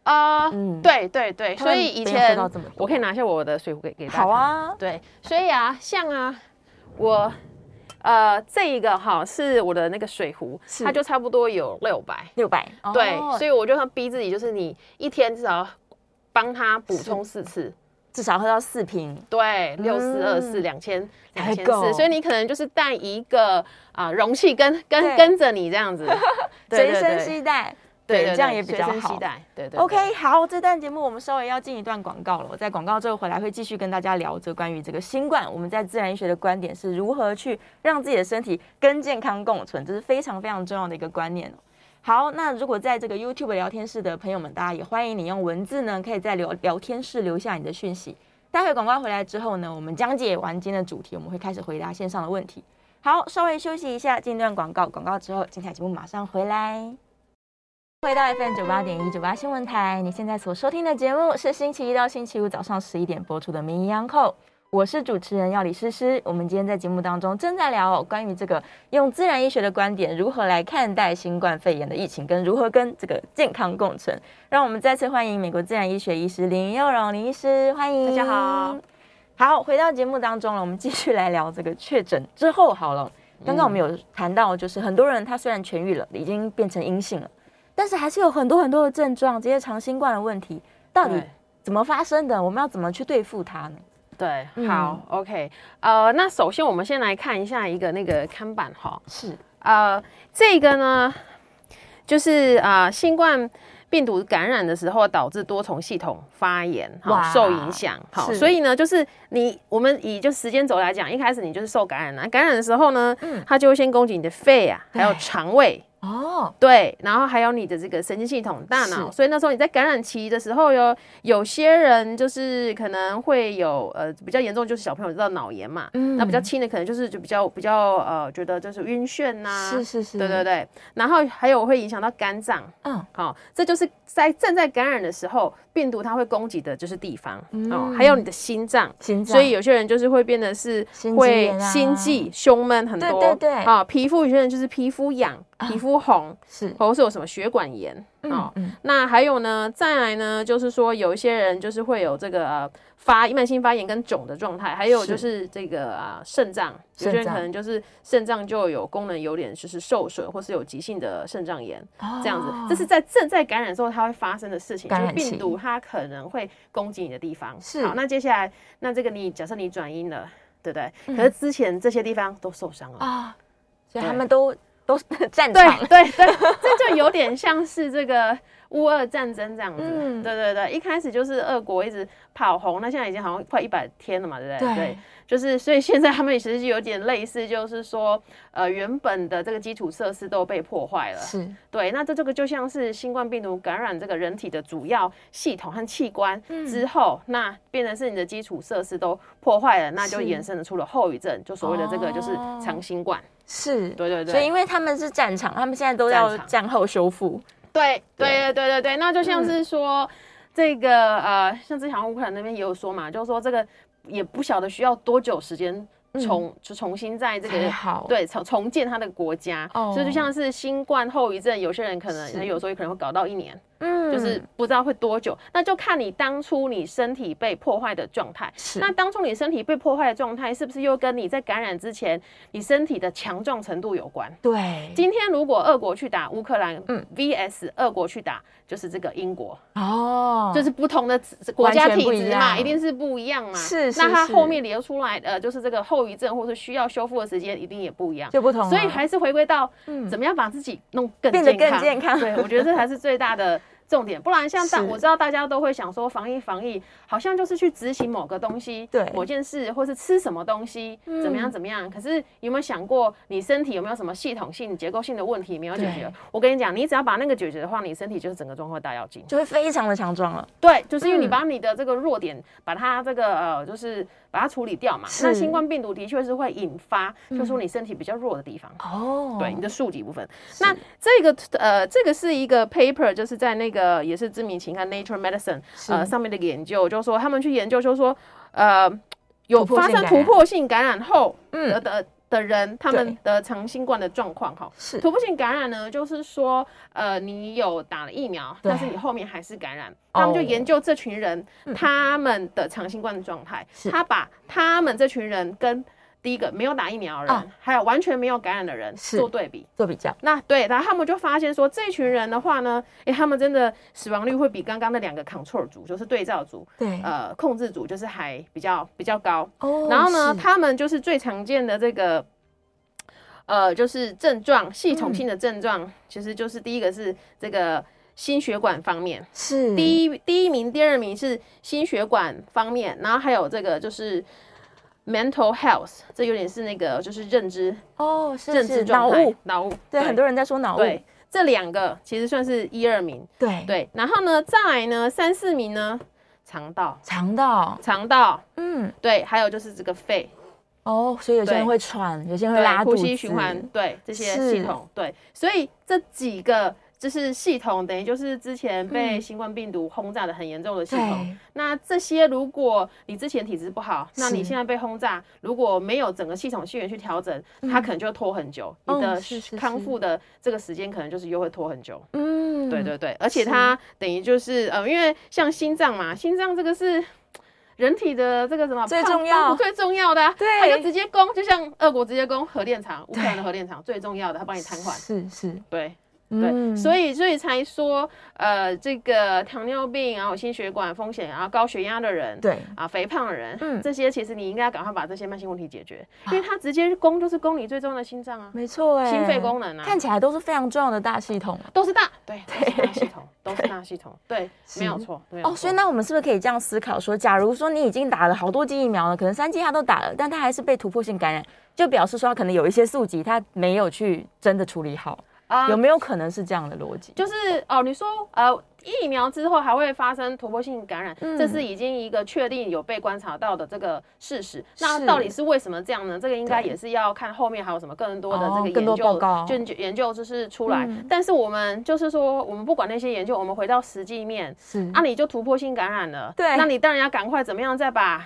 Speaker 2: 啊
Speaker 1: 嗯，
Speaker 2: 对对对，
Speaker 1: 他
Speaker 2: 所
Speaker 1: 们
Speaker 2: 以以
Speaker 1: 没有喝
Speaker 2: 前
Speaker 1: 到这么多
Speaker 2: 我可以拿一下我的水壶给给大家。
Speaker 1: 好，啊，
Speaker 2: 对，所以啊，像啊，我呃这一个哈是我的那个水壶，
Speaker 1: 是
Speaker 2: 它就差不多有六百，
Speaker 1: 六百。哦
Speaker 2: 对，所
Speaker 1: 以
Speaker 2: 以我就算逼自己，就是你一天至少要帮它补充四次。
Speaker 1: 至少喝到四瓶。
Speaker 2: 对，六四二四
Speaker 1: 嗯
Speaker 2: 两千
Speaker 1: 才
Speaker 2: 两千
Speaker 1: 够
Speaker 2: 四，所以你可能就是带一个啊、容器跟
Speaker 1: 对
Speaker 2: 跟跟着你这 样子，对
Speaker 1: 随
Speaker 2: 对
Speaker 1: 身
Speaker 2: 对
Speaker 1: 携带，
Speaker 2: 对
Speaker 1: 这样也比较
Speaker 2: 随身携
Speaker 1: 好。
Speaker 2: 带对对对
Speaker 1: OK，好，这段节目我们稍微要进一段广告了。在广告之后回来会继续跟大家聊这关于这个新冠，我们在自然医学的观点是如何去让自己的身体跟健康共存，这是非常非常重要的一个观念哦。好，那如果在这个 YouTube 聊天室的朋友们，大家也欢迎你用文字呢，可以在聊聊天室留下你的讯息。待会广告回来之后呢，我们讲解完今天的主题，我们会开始回答线上的问题。好，稍微休息一下，进一段广告，广告之后精彩节目马上回来。回到 FM 九八点一九八新闻台，你现在所收听的节目是星期一到星期五早上十一点播出的《名医央叩》，我是主持人药理诗诗。我们今天在节目当中正在聊、哦、关于这个用自然医学的观点如何来看待新冠肺炎的疫情，跟如何跟这个健康共存。让我们再次欢迎美国自然医学医师林佑荣林医师，欢迎
Speaker 2: 大家好。
Speaker 1: 好，回到节目当中了，我们继续来聊这个确诊之后好了。刚刚我们有
Speaker 2: 嗯
Speaker 1: 谈到，就是很多人他虽然痊愈了，已经变成阴性了。但是还是有很多很多的症状，这些长新冠的问题到底
Speaker 2: 对
Speaker 1: 怎么发生的？我们要怎么去对付它呢？
Speaker 2: 对，
Speaker 1: 嗯
Speaker 2: 好、o k 呃，那首先我们先来看一下一个那个看板哈，
Speaker 1: 是
Speaker 2: 呃，这个呢，就是啊、呃新冠病毒感染的时候导致多重系统发炎，好
Speaker 1: 哇
Speaker 2: 受影响，好，
Speaker 1: 是
Speaker 2: 所以呢，就是你我们以就时间轴来讲，一开始你就是受感染了、啊感染的时候呢，
Speaker 1: 嗯
Speaker 2: 它就会先攻击你的肺啊，还有
Speaker 1: 对
Speaker 2: 肠胃。
Speaker 1: 哦，
Speaker 2: 对，然后还有你的这个神经系统、大脑，
Speaker 1: 是
Speaker 2: 所以那时候你在感染期的时候有有些人就是可能会有呃比较严重，就是小朋友知道脑炎嘛，
Speaker 1: 嗯
Speaker 2: 那比较轻的可能就是就比较比较呃觉得就是晕眩啊呐、
Speaker 1: 是是是，
Speaker 2: 对对，对，然后还有会影响到肝脏，
Speaker 1: 嗯，
Speaker 2: 好、这就是在正在感染的时候，病毒它会攻击的就是地方，哦
Speaker 1: 嗯，
Speaker 2: 还有你的心脏，
Speaker 1: 心脏，
Speaker 2: 所以有些人就是会变得是
Speaker 1: 心肌
Speaker 2: 会
Speaker 1: 炎啊
Speaker 2: 心悸、胸闷很
Speaker 1: 对
Speaker 2: 多，
Speaker 1: 对对
Speaker 2: 啊，皮肤有些人就是皮肤痒、皮肤红，
Speaker 1: 是
Speaker 2: 或者是有什么血管炎
Speaker 1: 嗯
Speaker 2: 哦。
Speaker 1: 嗯
Speaker 2: 那还有呢，再来呢，就是说有一些人就是会有这个、呃、发慢性发炎跟肿的状态，还有
Speaker 1: 是
Speaker 2: 就是这个啊肾脏，有
Speaker 1: 肾
Speaker 2: 些人
Speaker 1: 脏
Speaker 2: 可能就是肾脏就有功能有点就是受损，或是有急性的肾脏炎
Speaker 1: 哦
Speaker 2: 这样子。这是在正在感染之后它会发生的事情，就
Speaker 1: 感
Speaker 2: 是
Speaker 1: 染期
Speaker 2: 病毒它可能会攻击你的地方。
Speaker 1: 是
Speaker 2: 好，那接下来那这个你假设你
Speaker 1: 嗯
Speaker 2: 转阴了，对不对？可是之前这些地方都受伤了。
Speaker 1: 啊，所以
Speaker 2: 对
Speaker 1: 他们都都是战
Speaker 2: 对
Speaker 1: 场。
Speaker 2: 对对，这就有点像是这个乌俄战争这样子。
Speaker 1: 嗯
Speaker 2: 对对对，一开始就是俄国一直跑红，那现在已经好像快一百天了嘛，对不对？
Speaker 1: 对
Speaker 2: 就是所以现在他们其实有点类似，就是说呃原本的这个基础设施都被破坏了。
Speaker 1: 是，
Speaker 2: 对，那这这个就像是新冠病毒感染这个人体的主要系统和器官
Speaker 1: 嗯
Speaker 2: 之后，那变成是你的基础设施都破坏了，那就是衍生出了后遗症，就所谓的这个就是
Speaker 1: 哦
Speaker 2: 长新冠。
Speaker 1: 是，
Speaker 2: 对对对
Speaker 1: 所以因为他们是战场，他们现在都要
Speaker 2: 战场
Speaker 1: 战后修复。
Speaker 2: 对对对对对对，那就
Speaker 1: 嗯
Speaker 2: 像是说、这个呃，像之前好像乌克兰那边也有说嘛，就是说这个也不晓得需要多久时间重、就重新在这
Speaker 1: 才
Speaker 2: 个
Speaker 1: 嗯好
Speaker 2: 对重重建他的国家，
Speaker 1: 哦
Speaker 2: 所以就像是新冠后遗症，有些人可能
Speaker 1: 是
Speaker 2: 有时候可能会搞到一年。
Speaker 1: 嗯
Speaker 2: 就是不知道会多久，那就看你当初你身体被破坏的状态。
Speaker 1: 是
Speaker 2: 那当初你身体被破坏的状态，是不是又跟你在感染之前你身体的强壮程度有关？
Speaker 1: 对，
Speaker 2: 今天如果俄国去打乌克兰，
Speaker 1: 嗯
Speaker 2: 嗯，VS 俄国去打就是这个英国，
Speaker 1: 哦，
Speaker 2: 就是不同的国家体
Speaker 1: 完全不一
Speaker 2: 质嘛，
Speaker 1: 样
Speaker 2: 一定是不一样嘛。
Speaker 1: 是是
Speaker 2: 那它
Speaker 1: 是
Speaker 2: 后面流出来呃，就是这个后遗症或是需要修复的时间一定也不一样。
Speaker 1: 就不同了，啊
Speaker 2: 所以还是回归到
Speaker 1: 嗯
Speaker 2: 怎么样把自己弄更
Speaker 1: 变得更健康
Speaker 2: 对，我觉得这才是最大的重点。不然像大
Speaker 1: 是
Speaker 2: 我知道大家都会想说防疫防疫，好像就是去执行某个东西，
Speaker 1: 对嗯
Speaker 2: 某件事，或是吃什么东西，怎么样怎么样。可是有没有想过你身体有没有什么系统性、结构性的问题没有解决
Speaker 1: 对？
Speaker 2: 我跟你讲，你只要把那个解决的话，你身体就是整个状况大跃进。
Speaker 1: 就会非常的强壮了。
Speaker 2: 对，就是因为你
Speaker 1: 嗯
Speaker 2: 把你的这个弱点，把它这个呃，就是把它处理掉嘛。
Speaker 1: 是
Speaker 2: 那
Speaker 1: 嗯
Speaker 2: 新冠病毒的确是会引发，就是说你身体比较弱的地方。
Speaker 1: 哦，
Speaker 2: 对你的数级部分。那这个呃，这个是一个 paper，就是在那个也是知名期刊《Nature Medicine
Speaker 1: 是》
Speaker 2: 呃上面的一个研究，就是说他们去研究，就是说呃有
Speaker 1: 突破
Speaker 2: 发
Speaker 1: 性
Speaker 2: 生
Speaker 1: 感
Speaker 2: 突
Speaker 1: 染
Speaker 2: 破性感染后
Speaker 1: 嗯
Speaker 2: 的的的人，他们的长新冠的状况哈。
Speaker 1: 是
Speaker 2: 突破性感染呢，就是说，呃，你有打了疫苗，
Speaker 1: 对
Speaker 2: 但是你后面还是感染，他们就
Speaker 1: 哦嗯
Speaker 2: 研究这群人、他们的长新冠状态
Speaker 1: 是，
Speaker 2: 他把他们这群人跟第一个没有打疫苗的人，
Speaker 1: 啊
Speaker 2: 还有完全没有感染的人
Speaker 1: 是
Speaker 2: 做对比。
Speaker 1: 做比较，
Speaker 2: 那对，然后他们就发现说，这群人的话呢，诶，他们真的死亡率会比刚刚那两个 control 组，就是对照组，
Speaker 1: 对
Speaker 2: 呃，控制组就是还比较比较高。
Speaker 1: 哦
Speaker 2: 然后呢，
Speaker 1: 是
Speaker 2: 他们就是最常见的这个，呃，就是症状，系统性的症状，其实就是第一个是这个心血管方面，
Speaker 1: 是
Speaker 2: 第一第一名、第二名是心血管方面，然后还有这个就是 mental health，这有点是那个就是认知
Speaker 1: 哦是
Speaker 2: 认知
Speaker 1: 是
Speaker 2: 状
Speaker 1: 脑
Speaker 2: 态
Speaker 1: 雾，，
Speaker 2: 脑雾，
Speaker 1: 对，很多人在说脑雾，
Speaker 2: 对，这两个其实算是一二名。
Speaker 1: 对
Speaker 2: 对，然后呢，再来呢，三四名呢，肠道，
Speaker 1: 肠道，
Speaker 2: 肠道，
Speaker 1: 嗯
Speaker 2: 对，还有就是这个肺，
Speaker 1: 哦，所以有些人
Speaker 2: 对
Speaker 1: 会喘，有些人会
Speaker 2: 对，
Speaker 1: 拉肚
Speaker 2: 呼
Speaker 1: 子，
Speaker 2: 吸循环，对，这些
Speaker 1: 是
Speaker 2: 系统，对，所以这几个。就是系统，等于就是之前被
Speaker 1: 嗯
Speaker 2: 新冠病毒轰炸的很严重的系统。
Speaker 1: 对
Speaker 2: 那这些，如果你之前体质不好，那你
Speaker 1: 是
Speaker 2: 现在被轰炸，如果没有整个系统性源去调整，它可能就会拖很久，
Speaker 1: 嗯哦
Speaker 2: 你的
Speaker 1: 是是是
Speaker 2: 康复的这个时间可能就是又会拖很久。
Speaker 1: 嗯
Speaker 2: 对对对，而且它等于就是呃，因为像心脏嘛，心脏这个是人体的这个什么
Speaker 1: 最
Speaker 2: 胖
Speaker 1: 重要
Speaker 2: 胖虎最重要的啊、
Speaker 1: 对
Speaker 2: 它就直接攻，就像俄国直接攻核电厂，乌克兰
Speaker 1: 对
Speaker 2: 的核电厂最重要的，它帮你瘫痪。
Speaker 1: 是是，
Speaker 2: 对对，
Speaker 1: 嗯
Speaker 2: 所以所以才说呃，这个糖尿病，然后心血管风险，然后高血压的人，
Speaker 1: 对
Speaker 2: 啊，肥胖的人，
Speaker 1: 嗯
Speaker 2: 这些其实你应该赶快把这些慢性问题解决，因为它直接攻就是攻你最重要的心脏啊，
Speaker 1: 没错哎，
Speaker 2: 心肺功能啊
Speaker 1: 看起来都是非常重要的大系统啊
Speaker 2: 都是大对，都是大系统， 都是大系统，对，没有错，没有
Speaker 1: 哦，
Speaker 2: 错
Speaker 1: 所以那我们是不是可以这样思考说，假如说你已经打了好多剂疫苗了，可能三剂他都打了，但他还是被突破性感染，就表示说他可能有一些宿疾，他没有去真的处理好，
Speaker 2: 啊
Speaker 1: 有没有可能是这样的逻辑？
Speaker 2: 就是哦，你说呃，疫苗之后还会发生突破性感染，
Speaker 1: 嗯
Speaker 2: 这是已经一个确定有被观察到的这个事实。
Speaker 1: 是
Speaker 2: 那到底是为什么这样呢？这个应该
Speaker 1: 对
Speaker 2: 也是要看后面还有什么更多的
Speaker 1: 哦
Speaker 2: 这个
Speaker 1: 更
Speaker 2: 研
Speaker 1: 多
Speaker 2: 究，
Speaker 1: 报告
Speaker 2: 就就研究就是出来。
Speaker 1: 嗯
Speaker 2: 但是我们就是说，我们不管那些研究，我们回到实际面，
Speaker 1: 是
Speaker 2: 啊，你就突破性感染了，
Speaker 1: 对
Speaker 2: 那你当然要赶快怎么样再把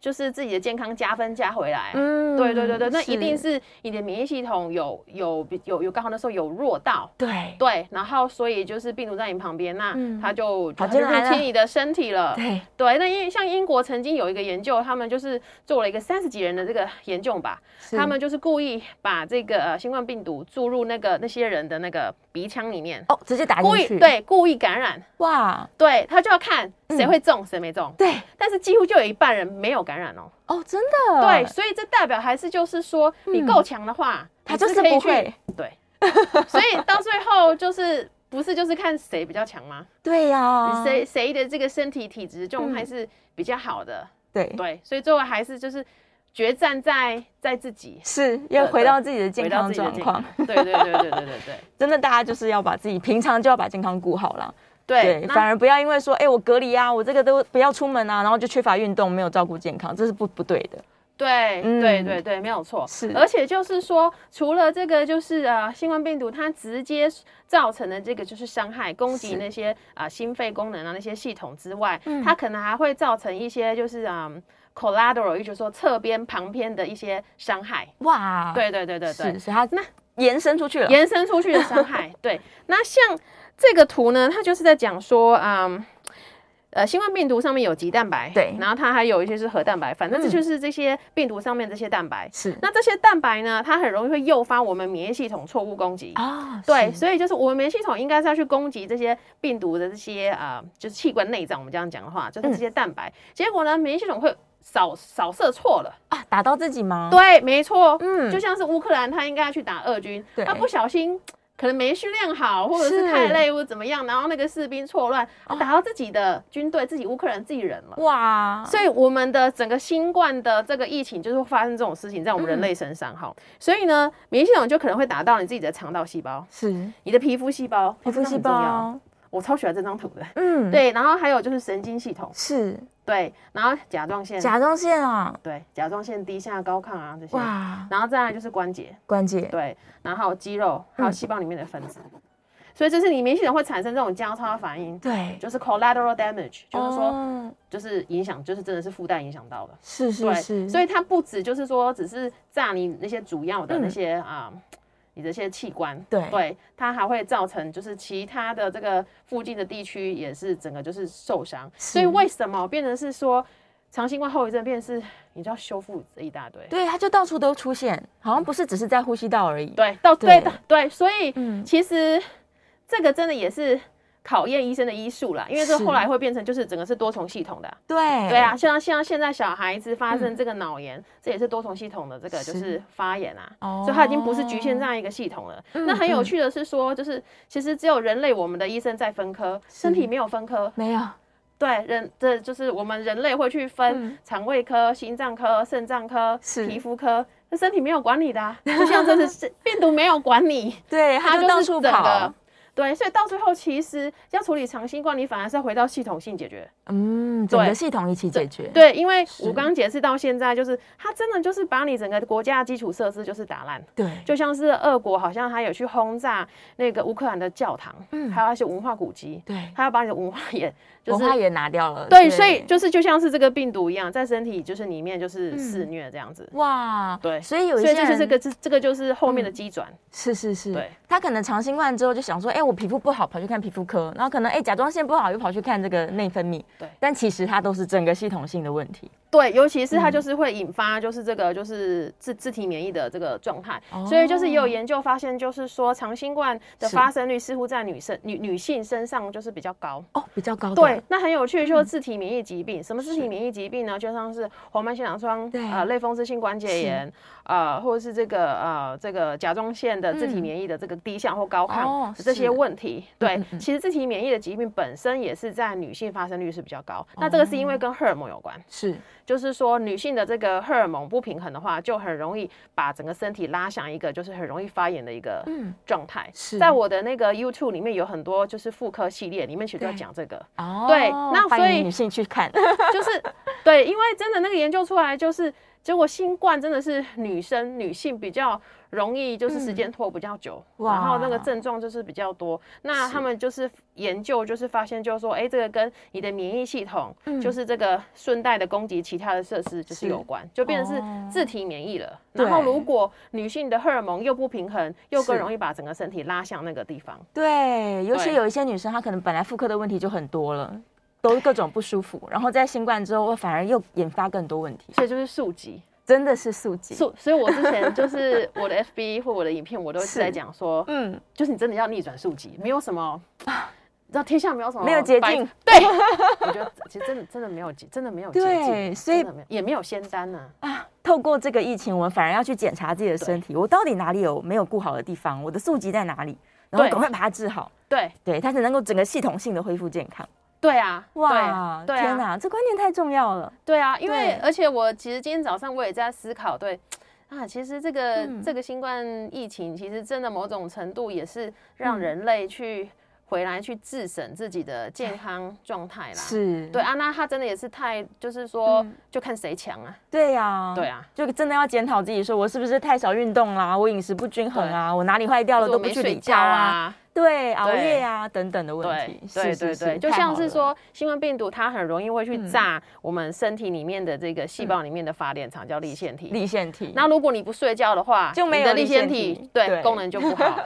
Speaker 2: 就是自己的健康加分加回来。
Speaker 1: 嗯
Speaker 2: 对对对对，那一定是你的免疫系统有有有有刚好那时候有弱到，
Speaker 1: 对
Speaker 2: 对，然后所以就是病毒在你旁边，那
Speaker 1: 嗯
Speaker 2: 它就
Speaker 1: 跑
Speaker 2: 它就
Speaker 1: 进来
Speaker 2: 入
Speaker 1: 了
Speaker 2: 侵你的身体了。
Speaker 1: 对
Speaker 2: 对，那因为像英国曾经有一个研究，他们就是做了一个三十几人的这个研究吧，
Speaker 1: 是
Speaker 2: 他们就是故意把这个、呃、新冠病毒注入那个那些人的那个鼻腔里面，
Speaker 1: 哦，直接打
Speaker 2: 故
Speaker 1: 进
Speaker 2: 意
Speaker 1: 去，
Speaker 2: 对故意感染，
Speaker 1: 哇，
Speaker 2: 对他就要看
Speaker 1: 嗯
Speaker 2: 谁会中、谁没中，
Speaker 1: 对
Speaker 2: 但是几乎就有一半人没有感染哦。
Speaker 1: 哦，真的
Speaker 2: 对，所以这代表还是就是说你够强的话，
Speaker 1: 嗯他
Speaker 2: 你
Speaker 1: 就是
Speaker 2: 可以
Speaker 1: 不
Speaker 2: 去
Speaker 1: 会
Speaker 2: 对。所以到最后就是不是就是看谁比较强吗？
Speaker 1: 对呀、
Speaker 2: 谁谁的这个身体体质就还是比较好的，
Speaker 1: 对，
Speaker 2: 对，所以最后还是就是决战在在自己，
Speaker 1: 是要回到自己的健
Speaker 2: 回到
Speaker 1: 康
Speaker 2: 自己的
Speaker 1: 状
Speaker 2: 健
Speaker 1: 况
Speaker 2: 康。。对对对对对对对
Speaker 1: 真的，大家就是要把自己平常就要把健康顾好了。
Speaker 2: 对
Speaker 1: 对，
Speaker 2: 那
Speaker 1: 反而不要因为说，哎、我隔离啊，我这个都不要出门啊，然后就缺乏运动，没有照顾健康，这是不不对的。
Speaker 2: 对
Speaker 1: 嗯
Speaker 2: 对对对，没有错。
Speaker 1: 是
Speaker 2: 而且就是说，除了这个，就是呃，新冠病毒它直接造成的这个就是伤害，攻击
Speaker 1: 是嗯
Speaker 2: 那些啊、呃心肺功能啊那些系统之外，它可能还会造成一些就是啊、嗯 collateral，也就是说侧边、旁边的一些伤害。
Speaker 1: 哇，，
Speaker 2: 对对对对对，
Speaker 1: 是是，它
Speaker 2: 那
Speaker 1: 延伸出去了，
Speaker 2: 延伸出去的伤害。对，那像这个图呢，它就是在讲说，嗯。呃，新冠病毒上面有棘蛋白，
Speaker 1: 对
Speaker 2: 然后它还有一些是核蛋白，反正这
Speaker 1: 嗯
Speaker 2: 就是这些病毒上面这些蛋白。
Speaker 1: 是
Speaker 2: 那这些蛋白呢，它很容易会诱发我们免疫系统错误攻击。
Speaker 1: 啊，
Speaker 2: 对，
Speaker 1: 是
Speaker 2: 所以就是我们免疫系统应该是要去攻击这些病毒的这些啊、呃就是器官内脏。我们这样讲的话，就是这
Speaker 1: 嗯
Speaker 2: 些蛋白。结果呢，免疫系统会扫扫射错了。
Speaker 1: 啊，打到自己吗？
Speaker 2: 对，没错，
Speaker 1: 嗯
Speaker 2: 嗯，就像是乌克兰，他应该去打俄军啊
Speaker 1: 对，
Speaker 2: 他不小心。可能没训练好，或者是
Speaker 1: 是哦
Speaker 2: 太累，或者怎么样，然后那个士兵错乱，打到自己的军队、自己乌克兰自己人了。
Speaker 1: 哇，
Speaker 2: 所以我们的整个新冠的这个疫情就是会发生这种事情在我们人类身上哈、所以呢，免疫系统就可能会打到你自己的肠道细胞、
Speaker 1: 是
Speaker 2: 你的皮肤细胞、哦
Speaker 1: 皮肤细，
Speaker 2: 真的很重要
Speaker 1: 胞，
Speaker 2: 我超喜欢这张图的。
Speaker 1: 嗯，，
Speaker 2: 对，然后还有就是神经系统，
Speaker 1: 是
Speaker 2: 对，然后甲状腺，
Speaker 1: 甲状腺啊，
Speaker 2: 对，甲状腺低下、高亢啊这些，
Speaker 1: 哇，
Speaker 2: 然后再来就是关节，
Speaker 1: 关节
Speaker 2: 对，然后还有肌肉，
Speaker 1: 嗯
Speaker 2: 还有细胞里面的分子。所以这是你免疫系统会产生这种交叉反应，
Speaker 1: 对，
Speaker 2: 就是 collateral damage，就是说
Speaker 1: 哦
Speaker 2: 就是影响，就是真的是附带影响到的。
Speaker 1: 是是
Speaker 2: 对，
Speaker 1: 是，
Speaker 2: 所
Speaker 1: 以
Speaker 2: 以它不止就是说只是炸你那些主要的
Speaker 1: 嗯
Speaker 2: 那些啊、你的一些器官，
Speaker 1: 对
Speaker 2: 对，它还会造成就是其他的这个附近的地区也是整个就是受伤。所以
Speaker 1: 是
Speaker 2: 为什么变成是说长新冠后遗症变成是你就要修复这一大堆？
Speaker 1: 对，它就到处都出现，好像不是只是在呼吸道而已。
Speaker 2: 对，到
Speaker 1: 对
Speaker 2: 对的对，所以、
Speaker 1: 嗯
Speaker 2: 其实这个真的也是考验医生的医术啦，因为这
Speaker 1: 是
Speaker 2: 后来会变成就是整个是多重系统的啊、
Speaker 1: 对
Speaker 2: 对啊，，像像现在小孩子发
Speaker 1: 嗯
Speaker 2: 生这个脑炎，这也是多重系统的这个就是发炎啊，
Speaker 1: 哦嗯
Speaker 2: 所以它已经不是局限在一个系统了。那很有趣的是说，就是其实只有人类我们的医生在分科，身体没有分科。
Speaker 1: 没有
Speaker 2: 对，人这就是我们人类会去分肠胃科、心脏科、肾脏科、
Speaker 1: 嗯是
Speaker 2: 皮肤科，那身体没有管理 的、啊，就像这是病毒没有管你，
Speaker 1: 对，
Speaker 2: 它
Speaker 1: 它
Speaker 2: 就
Speaker 1: 就到
Speaker 2: 是
Speaker 1: 处
Speaker 2: 整
Speaker 1: 跑
Speaker 2: 个。。对，所以到最后其实要处理长新冠，你反而是要回到系统性解决。
Speaker 1: 嗯，整个
Speaker 2: 对
Speaker 1: 系统一起解决。，
Speaker 2: 对，因为我刚解释到现在，就是它真的就是把你整个国家的基础设施就是打烂，
Speaker 1: 对，
Speaker 2: 就像是俄国好像还有去轰炸那个乌克兰的教堂，
Speaker 1: 嗯
Speaker 2: 还有一些文化古迹，
Speaker 1: 对
Speaker 2: 它要把你的文化也就
Speaker 1: 文
Speaker 2: 是
Speaker 1: 化也拿掉了。
Speaker 2: 对，所以就是就像是这个病毒一样，在身体就是里面
Speaker 1: 嗯
Speaker 2: 就是肆虐这样子，
Speaker 1: 哇，
Speaker 2: 对
Speaker 1: 所以有一
Speaker 2: 所
Speaker 1: 些
Speaker 2: 以这就是
Speaker 1: 人
Speaker 2: 这个这这个就是后
Speaker 1: 嗯
Speaker 2: 面的机转，
Speaker 1: 是是是，
Speaker 2: 对
Speaker 1: 他可能长新冠之后就想说，哎、我皮肤不好，跑去看皮肤科，然后可能哎、甲状腺不好，又跑去看这个内分泌，
Speaker 2: 对
Speaker 1: 但其实它都是整个系统性的问题，
Speaker 2: 对，尤其
Speaker 1: 嗯
Speaker 2: 是它就是会引发就是这个就是自自体免疫的这个状态，
Speaker 1: 哦
Speaker 2: 所以就是也有研究发现，就是说长新冠的
Speaker 1: 是
Speaker 2: 发生率似乎在女生女女性身上就是比较高。
Speaker 1: 哦，比较高的，
Speaker 2: 对，那很有趣，
Speaker 1: 嗯
Speaker 2: 就是自体免疫疾病。什么自体免疫疾病呢？就像是黄斑性狼疮
Speaker 1: 对、
Speaker 2: 呃类风湿性关节
Speaker 1: 是
Speaker 2: 炎、呃或者是这个呃这个甲状腺的自
Speaker 1: 嗯
Speaker 2: 体免疫的这个低下或高
Speaker 1: 哦
Speaker 2: 亢的
Speaker 1: 是
Speaker 2: 这些问题。对
Speaker 1: 嗯嗯，
Speaker 2: 其实自体免疫的疾病本身也是在女性发生率是比较
Speaker 1: 哦
Speaker 2: 高。那这个是因为跟荷尔蒙有关，
Speaker 1: 是
Speaker 2: 就是说女性的这个荷尔蒙不平衡的话，就很容易把整个身体拉向一个就是很容易发炎的一个
Speaker 1: 嗯
Speaker 2: 状态。
Speaker 1: 是
Speaker 2: 在我的那个 YouTube 里面有很多就是妇科系列，里面其实就要
Speaker 1: 对
Speaker 2: 讲这个。
Speaker 1: 哦，
Speaker 2: 对那
Speaker 1: 欢
Speaker 2: 所
Speaker 1: 迎
Speaker 2: 以
Speaker 1: 女性去看，
Speaker 2: 就是对，因为真的那个研究出来，就是结果新冠真的是女生女性比较容易，就是时间拖比较久，
Speaker 1: 嗯哇
Speaker 2: 然后那个症状就是比较多。那他们就是研究就是发现，就是说，哎，这个跟你的免疫系统，就是这个顺带的攻击其他的设施就是
Speaker 1: 嗯是
Speaker 2: 有关，就变成
Speaker 1: 哦
Speaker 2: 是自体免疫了。
Speaker 1: 对
Speaker 2: 然后如果女性的荷尔蒙又不平衡，又更
Speaker 1: 是
Speaker 2: 容易把整个身体拉向那个地方。
Speaker 1: 对，尤其
Speaker 2: 对
Speaker 1: 有一些女生，她可能本来妇科的问题就很多了，都各种不舒服，然后在新冠之后，反而又引发更多问题，
Speaker 2: 所以就是宿疾，
Speaker 1: 真的是素疾，
Speaker 2: 所所以，我之前就是我的 FB 或我的影片，我都一直
Speaker 1: 是
Speaker 2: 在讲说，
Speaker 1: 嗯，
Speaker 2: 就是你真的要逆转速疾，没有什么。知道天下没有什么
Speaker 1: 啊没有捷
Speaker 2: 哦白
Speaker 1: 径，
Speaker 2: 对，我觉得其实真的真 的没有捷，真的没有捷径，
Speaker 1: 对所以
Speaker 2: 真的没有也没有仙丹啊呐、
Speaker 1: 透过这个疫情，我们反而要去检查自己的身体，我到底哪里有没有顾好的地方，我的宿疾在哪里，然后
Speaker 2: 对
Speaker 1: 赶快把它治好，
Speaker 2: 对
Speaker 1: 对，它才能够整个系统性的恢复健康。
Speaker 2: 对啊，
Speaker 1: 哇，
Speaker 2: 对对
Speaker 1: 天
Speaker 2: 啊，
Speaker 1: 哪，这观念太重要了。
Speaker 2: 对啊，因为
Speaker 1: 对
Speaker 2: 而且我其实今天早上我也在思考，对。啊，其实这个、
Speaker 1: 嗯
Speaker 2: 这个新冠疫情，其实真的某种程度也是
Speaker 1: 嗯
Speaker 2: 让人类去回来去自省自己的健康状态啦。，
Speaker 1: 是嗯
Speaker 2: 对啊，那他真的也是太，就是说，就看谁强啊。
Speaker 1: 对呀、
Speaker 2: 对啊，
Speaker 1: 就真的要检讨自己，说我是不是太少运动啦，我饮食不均衡啊，我哪里坏掉了
Speaker 2: 或者
Speaker 1: 都
Speaker 2: 我
Speaker 1: 不
Speaker 2: 没
Speaker 1: 去
Speaker 2: 睡
Speaker 1: 理
Speaker 2: 觉
Speaker 1: 它啊，
Speaker 2: 啊，
Speaker 1: 对，熬夜啊等等的问
Speaker 2: 对
Speaker 1: 题。
Speaker 2: 对
Speaker 1: 是是
Speaker 2: 对
Speaker 1: 是
Speaker 2: 对，就
Speaker 1: 太
Speaker 2: 像
Speaker 1: 好
Speaker 2: 是
Speaker 1: 了嗯
Speaker 2: 说新冠病毒，它很容易会去炸我们身体里面的这个细胞里面的发电厂，叫立腺体。
Speaker 1: 立腺体。
Speaker 2: 那如果你不睡觉的话，
Speaker 1: 就没有
Speaker 2: 你的
Speaker 1: 立
Speaker 2: 立
Speaker 1: 腺
Speaker 2: 腺
Speaker 1: 体
Speaker 2: 体
Speaker 1: 对
Speaker 2: 对功能就不 好。
Speaker 1: 好，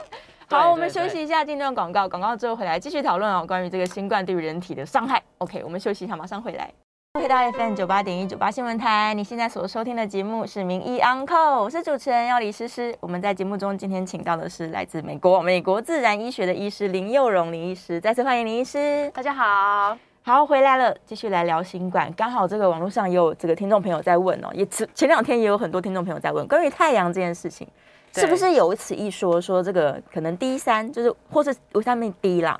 Speaker 2: 对
Speaker 1: 我们
Speaker 2: 对
Speaker 1: 休
Speaker 2: 对
Speaker 1: 息一下，进段广告，广告之后回来继续讨论哦，关于这个新冠对于人体的伤害。OK，我们休息一下，马上回来。回到 FM 九八点一九八新闻台，你现在所收听的节目是《名医 Uncle》，我是主持人要李诗诗。我们在节目中今天请到的是来自美国美国自然医学的医师林佑荣林医师，再次欢迎林医师。
Speaker 2: 大家好，
Speaker 1: 好，回来了，继续来聊新冠。刚好这个网络上也有这个听众朋友在问哦，也前前两天也有很多听众朋友在问关于太阳这件事情，
Speaker 2: 对
Speaker 1: 是不是有此一说？说这个可能 D 三就是或是维他命 D 啦，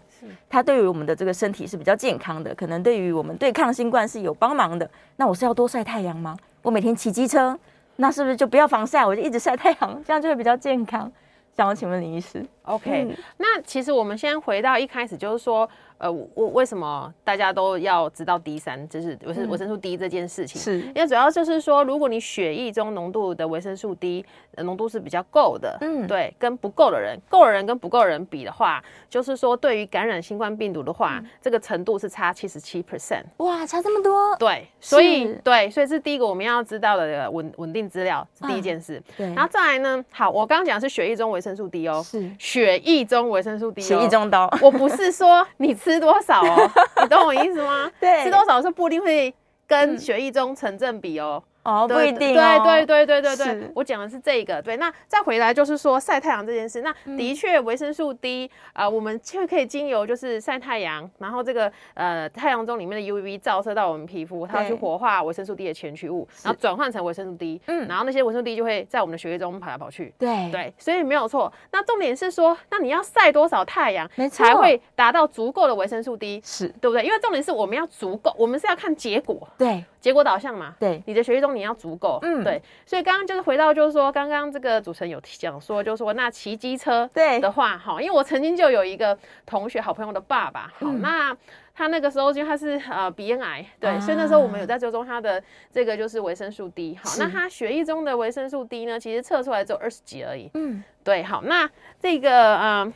Speaker 1: 它对于我们的这个身体是比较健康的，可能对于我们对抗新冠是有帮忙的。那我是要多晒太阳吗？我每天骑机车，那是不是就不要防晒，我就一直晒太阳， 这样就会比较健康？想要请问林医师，
Speaker 2: OK，、
Speaker 1: 嗯
Speaker 2: 那其实我们先回到一开始，就是说，呃，我我为什么大家都要知道 D 三，就是维
Speaker 1: 嗯
Speaker 2: 生维生素 D 这件事情？
Speaker 1: 是
Speaker 2: 因为主要就是说，如果你血液中浓度的维生素 D 呃浓度是比较够的，
Speaker 1: 嗯
Speaker 2: 嗯，对，跟不够的人，够的人跟不够的人比的话，就是说对于感染新冠病毒的话，
Speaker 1: 嗯
Speaker 2: 这个程度是差七十七 percent。
Speaker 1: 哇，差这么多，
Speaker 2: 对，所以
Speaker 1: 是
Speaker 2: 对，所以是第一个我们要知道的呃稳稳定资料是
Speaker 1: 嗯
Speaker 2: 第一件事。
Speaker 1: 对
Speaker 2: 然后再来呢，好，我刚刚讲的是血液中维生素 D 哦，
Speaker 1: 是
Speaker 2: 血液中维生素 D 哦，
Speaker 1: 血一中刀，
Speaker 2: 我不是说你吃多少 哦，你懂我意思吗？
Speaker 1: 对嗯
Speaker 2: 吃多少是不一定会跟血液中成正比哦。
Speaker 1: 哦，不
Speaker 2: 对
Speaker 1: 一定、哦，
Speaker 2: 对对对对对
Speaker 1: 是
Speaker 2: 对，我讲的是这个。对，那再回来就是说晒太阳这件事，那
Speaker 1: 嗯
Speaker 2: 的确维生素 D 啊、呃我们就可以经由就是晒太阳，然后这个呃太阳中里面的 UV 照射到我们皮肤，它
Speaker 1: 对
Speaker 2: 去活化维生素 D 的前驱物，然后转换成维生素 D，
Speaker 1: 嗯
Speaker 2: 嗯，然后那些维生素 D 就会在我们的血液中跑来跑去。
Speaker 1: 对
Speaker 2: 对，所以没有错。那重点是说，那你要晒多少太阳
Speaker 1: 没，错
Speaker 2: 才会达到足够的维生素 D，
Speaker 1: 是，
Speaker 2: 对不对？因为重点是我们要足够，我们是要看结果，
Speaker 1: 对
Speaker 2: 结果导向嘛。
Speaker 1: 对
Speaker 2: 你的血液中你要足够，
Speaker 1: 嗯
Speaker 2: 嗯，对。所以刚刚就是回到，就是说刚刚这个主持人有讲说，就是说那骑机车
Speaker 1: 对
Speaker 2: 的话，好，因为我曾经就有一个同学好朋友的爸爸，好，那他那个时候因为他是呃鼻咽癌，对，
Speaker 1: 嗯啊
Speaker 2: 所以那时候我们有在追踪他的这个就是维生素 D，好，
Speaker 1: 是
Speaker 2: 那他血液中的维生素 D 呢，其实测出来只有二十几而已，
Speaker 1: 嗯，
Speaker 2: 对，好，那这个呃，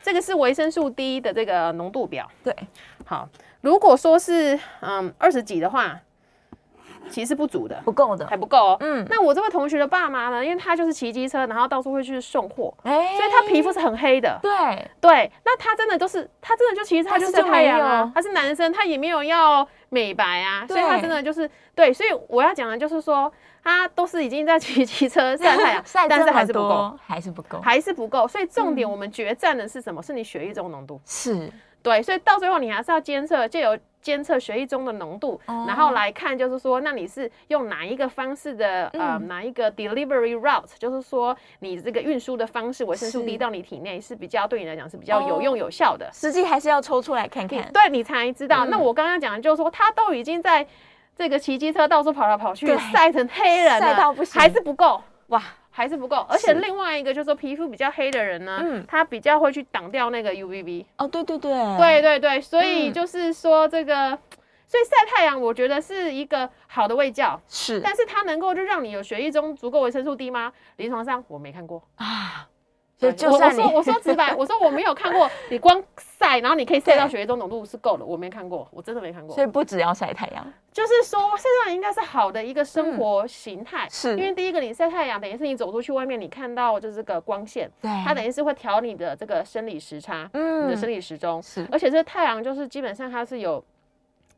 Speaker 2: 这个是维生素 D 的这个浓度表。
Speaker 1: 对，
Speaker 2: 好，如果说是嗯二十几的话，其实不足的，
Speaker 1: 不够的
Speaker 2: 还，不够、哦。
Speaker 1: 嗯，
Speaker 2: 那我这位同学的爸妈呢，因为他就是骑机车，然后到处会去送货，
Speaker 1: 哎
Speaker 2: 所以他皮肤是很黑的。
Speaker 1: 对
Speaker 2: 对，那他真的都是，他真的就其实
Speaker 1: 他
Speaker 2: 他就是晒
Speaker 1: 就
Speaker 2: 太
Speaker 1: 没
Speaker 2: 阳啊
Speaker 1: 有，
Speaker 2: 他是男生，他也没有要美白啊，所以他
Speaker 1: 对
Speaker 2: 真的就是对，所以我要讲的就是说，他都是已经在骑机车晒太阳，
Speaker 1: 晒
Speaker 2: 但
Speaker 1: 这
Speaker 2: 是
Speaker 1: 么
Speaker 2: 还是不够，
Speaker 1: 多，嗯还是不够，
Speaker 2: 还是不够，所以重点我们决战的是什么？是你血液中浓度。
Speaker 1: 是
Speaker 2: 对，所以到最后你还是要监测，借由监测血液中的浓度，
Speaker 1: 哦
Speaker 2: 然后来看，就是说，那你是用哪一个方式的、呃
Speaker 1: 嗯
Speaker 2: 哪一个 delivery route，就是说你这个运输的方式，维生素
Speaker 1: 是
Speaker 2: D 到你体内是比较对你来讲是比较有
Speaker 1: 哦
Speaker 2: 用有效的。
Speaker 1: 实际还是要抽出来看看，
Speaker 2: 对你才知道。
Speaker 1: 嗯
Speaker 2: 那我刚刚讲的就是说，他都已经在这个骑机车到处跑来跑去
Speaker 1: 对，
Speaker 2: 晒成黑人了，
Speaker 1: 晒到不行
Speaker 2: 还是不够。
Speaker 1: 哇，
Speaker 2: 还是不够，而
Speaker 1: 是
Speaker 2: 且另外一个就是说皮肤比较黑的人呢，
Speaker 1: 嗯
Speaker 2: 他比较会去挡掉那个 UVB。
Speaker 1: 哦，对对对，
Speaker 2: 对对对，所以
Speaker 1: 嗯
Speaker 2: 就是说这个，所以晒太阳我觉得是一个好的卫教，
Speaker 1: 是
Speaker 2: 但是它能够就让你有血液中足够维生素 D 吗？临床上我没看过。
Speaker 1: 啊，就就
Speaker 2: 我我
Speaker 1: 算你
Speaker 2: 说我说直白，我说我没有看过，你光晒，然后你可以晒到血液中浓度是够的，我没看过，我真的没看过
Speaker 1: 所。以不只要晒太 阳，
Speaker 2: 就是说，晒太阳应该是好的一个生活形态、
Speaker 1: 嗯是
Speaker 2: 因为第一个，你晒太阳等于是你走出去外面，你看到就是这个光线，
Speaker 1: 对
Speaker 2: 它等于是会调你的这个生理时差，
Speaker 1: 嗯
Speaker 2: 你的生理时钟，
Speaker 1: 是
Speaker 2: 而且这太阳就是基本上它是有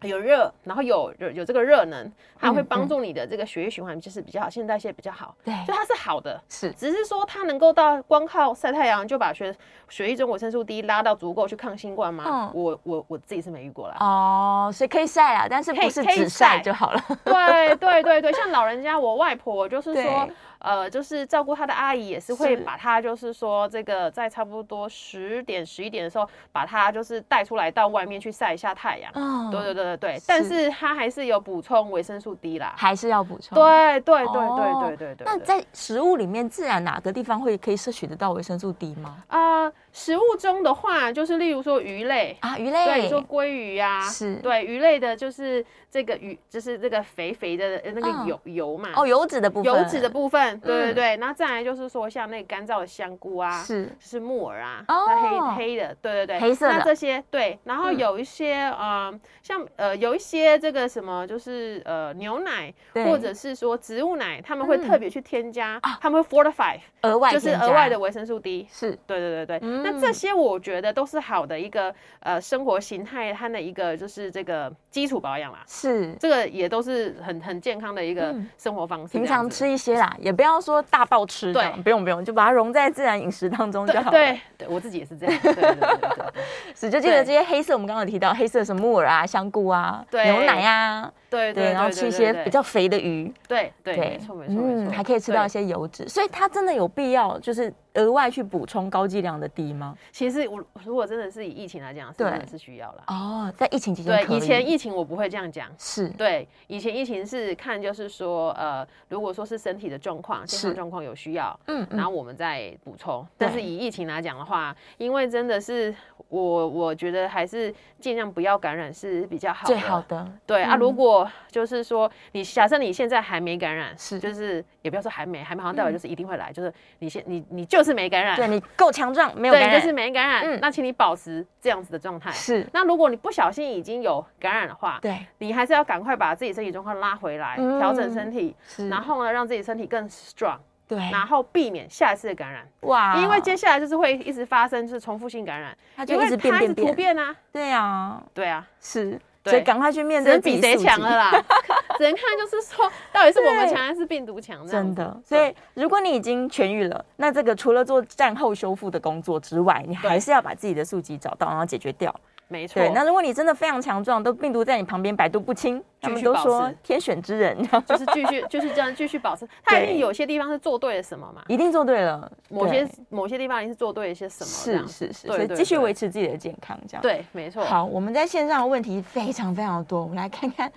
Speaker 2: 有热，然后有有有这个热能，它
Speaker 1: 嗯
Speaker 2: 会帮助你的这个血液循环就是比较好，新陈代谢比较好，
Speaker 1: 对
Speaker 2: 所以它是好的，
Speaker 1: 是
Speaker 2: 只是说它能够到光靠晒太阳就把血血液中维生素 D 拉到足够去抗新冠吗
Speaker 1: 嗯？
Speaker 2: 我我我自己是没遇过啦。
Speaker 1: 哦，所以可以晒啦，但是
Speaker 2: 可
Speaker 1: 不
Speaker 2: 以
Speaker 1: 是
Speaker 2: 可以
Speaker 1: 只晒
Speaker 2: 晒
Speaker 1: 就好了。
Speaker 2: 对对对对，像老人家，我外婆 就是说
Speaker 1: 对，
Speaker 2: 呃，就是照顾她的阿姨也是会
Speaker 1: 是
Speaker 2: 把她，就是说这个在差不多十点十一点的时候，把她就是带出来到外面去晒一下太阳。
Speaker 1: 嗯，
Speaker 2: 对对对对对，但是她还是有补充维生素 D 啦。
Speaker 1: 还是要补充。
Speaker 2: 对对对
Speaker 1: 哦
Speaker 2: 对对对对对。
Speaker 1: 那在食物里面，自然哪个地方会可以摄取得到维生素 D 吗？
Speaker 2: 呃食物中的话，就是例如说鱼类。
Speaker 1: 啊，鱼
Speaker 2: 对，
Speaker 1: 类
Speaker 2: 你说鲑鱼呀、
Speaker 1: 是
Speaker 2: 对鱼类的，就是这个鱼，就是这个肥肥的呃那
Speaker 1: 嗯
Speaker 2: 个油、油嘛，
Speaker 1: 哦，油脂的部分，
Speaker 2: 啊油脂的部分，对
Speaker 1: 嗯
Speaker 2: 对对。那再来就是说，像那个干燥的香菇啊，
Speaker 1: 是
Speaker 2: 是木耳啊，
Speaker 1: 哦
Speaker 2: 那黑黑的，对对对，
Speaker 1: 黑色的
Speaker 2: 那这些对，然后
Speaker 1: 嗯
Speaker 2: 有一些呃，像呃有一些这个什么，就是呃牛奶
Speaker 1: 对
Speaker 2: 或者是说植物奶，他们会
Speaker 1: 嗯
Speaker 2: 特别去添加，他们会 fortify，
Speaker 1: 额外
Speaker 2: 就是
Speaker 1: 添
Speaker 2: 额
Speaker 1: 加
Speaker 2: 外的维生素 D。
Speaker 1: 是
Speaker 2: 对对对对，
Speaker 1: 嗯
Speaker 2: 那这些我觉得都是好的一个呃生活形态，它的一个就是这个基础保养啦，
Speaker 1: 是。
Speaker 2: 这个也都是很很健康的一个生活方式。
Speaker 1: 嗯平
Speaker 2: 这样
Speaker 1: 常
Speaker 2: 子
Speaker 1: 吃一些啦，也不要说大爆吃这样，
Speaker 2: 对
Speaker 1: 不用不用，就把它融在自然饮食当中就好了。
Speaker 2: 对对，我自己也是这样。对对对对对对
Speaker 1: 是就记得
Speaker 2: 对
Speaker 1: 这些黑色，我们刚刚有提到黑色什么木耳啊、香菇啊、
Speaker 2: 对
Speaker 1: 牛奶啊，
Speaker 2: 对
Speaker 1: 对，然后吃一些比较肥的鱼，嗯
Speaker 2: 对对，没错没错没错，
Speaker 1: 还可以吃到一
Speaker 2: 对。
Speaker 1: 些油脂，所以它真的有必要就是额外去补充高剂量的 D 吗？
Speaker 2: 其实我如果真的是以疫情来讲，是
Speaker 1: 对
Speaker 2: 真的是需要啦。
Speaker 1: 哦，在疫情期间
Speaker 2: 对，
Speaker 1: 可
Speaker 2: 以前
Speaker 1: 以
Speaker 2: 疫情我不会这样讲。
Speaker 1: 是
Speaker 2: 对，以前疫情是看就是说，呃，如果说是身体的状况、健
Speaker 1: 是
Speaker 2: 康状况有需要，
Speaker 1: 嗯
Speaker 2: 然后我们再补充。但是以疫情来讲的话，因为真的是我我觉得还是尽量不要感染是比较
Speaker 1: 嗯
Speaker 2: 好
Speaker 1: 最
Speaker 2: 的。
Speaker 1: 好的
Speaker 2: 对啊，如
Speaker 1: 嗯
Speaker 2: 果就是说你假设你现在还没感染，
Speaker 1: 是嗯
Speaker 2: 就是也不要说还没，还没好像代表就是一定会来，就是你现你你就是没感染，
Speaker 1: 对你够强壮，没有
Speaker 2: 对
Speaker 1: 感
Speaker 2: 你就
Speaker 1: 染
Speaker 2: 是没感染，
Speaker 1: 嗯
Speaker 2: 那请你保持这样子的状态。
Speaker 1: 是
Speaker 2: 那如果你不小心已经有感染的话，
Speaker 1: 对
Speaker 2: 你还是要赶快把自己身体状况拉回来，
Speaker 1: 嗯
Speaker 2: 调整身体，
Speaker 1: 是，
Speaker 2: 然后呢让自己身体更 strong，
Speaker 1: 对
Speaker 2: 然后避免下一次的感染，
Speaker 1: 哇
Speaker 2: 因为接下来就是会一直发生就是重复性感染，
Speaker 1: 啊它
Speaker 2: 因
Speaker 1: 就
Speaker 2: 为
Speaker 1: 一直变
Speaker 2: 它一
Speaker 1: 变
Speaker 2: 直突
Speaker 1: 变，
Speaker 2: 变啊，
Speaker 1: 对啊
Speaker 2: 对啊。
Speaker 1: 是，
Speaker 2: 对
Speaker 1: 所以赶快去面
Speaker 2: 只
Speaker 1: 对
Speaker 2: 能
Speaker 1: 自己
Speaker 2: 比谁
Speaker 1: 宿
Speaker 2: 强
Speaker 1: 敌
Speaker 2: 了啦， 只能看就是说，到底是我们
Speaker 1: 对
Speaker 2: 强还是病毒强？这样
Speaker 1: 真
Speaker 2: 子
Speaker 1: 的，所
Speaker 2: 对
Speaker 1: 以如果你已经痊愈了，那这个除了做战后修复的工作之外，你还是要把自己的宿疾找到，然后解决掉。
Speaker 2: 没错
Speaker 1: 对，。那如果你真的非常强壮，都病毒在你旁边百毒不侵，他们
Speaker 2: 续
Speaker 1: 都
Speaker 2: 保
Speaker 1: 说
Speaker 2: 持
Speaker 1: 天选之人，
Speaker 2: 就是继续，就是这样继续保持。它一定有些地方是做对了什么嘛，
Speaker 1: 一定做对了。
Speaker 2: 某
Speaker 1: 对
Speaker 2: 些某些地方一定是做对了一些什么这
Speaker 1: 是
Speaker 2: 样子。
Speaker 1: 是是，
Speaker 2: 对
Speaker 1: 所以
Speaker 2: 对
Speaker 1: 继续
Speaker 2: 对
Speaker 1: 维持自己的健康，这样。
Speaker 2: 对，没错。
Speaker 1: 好，我们在线上的问题非常非常多，我们来看看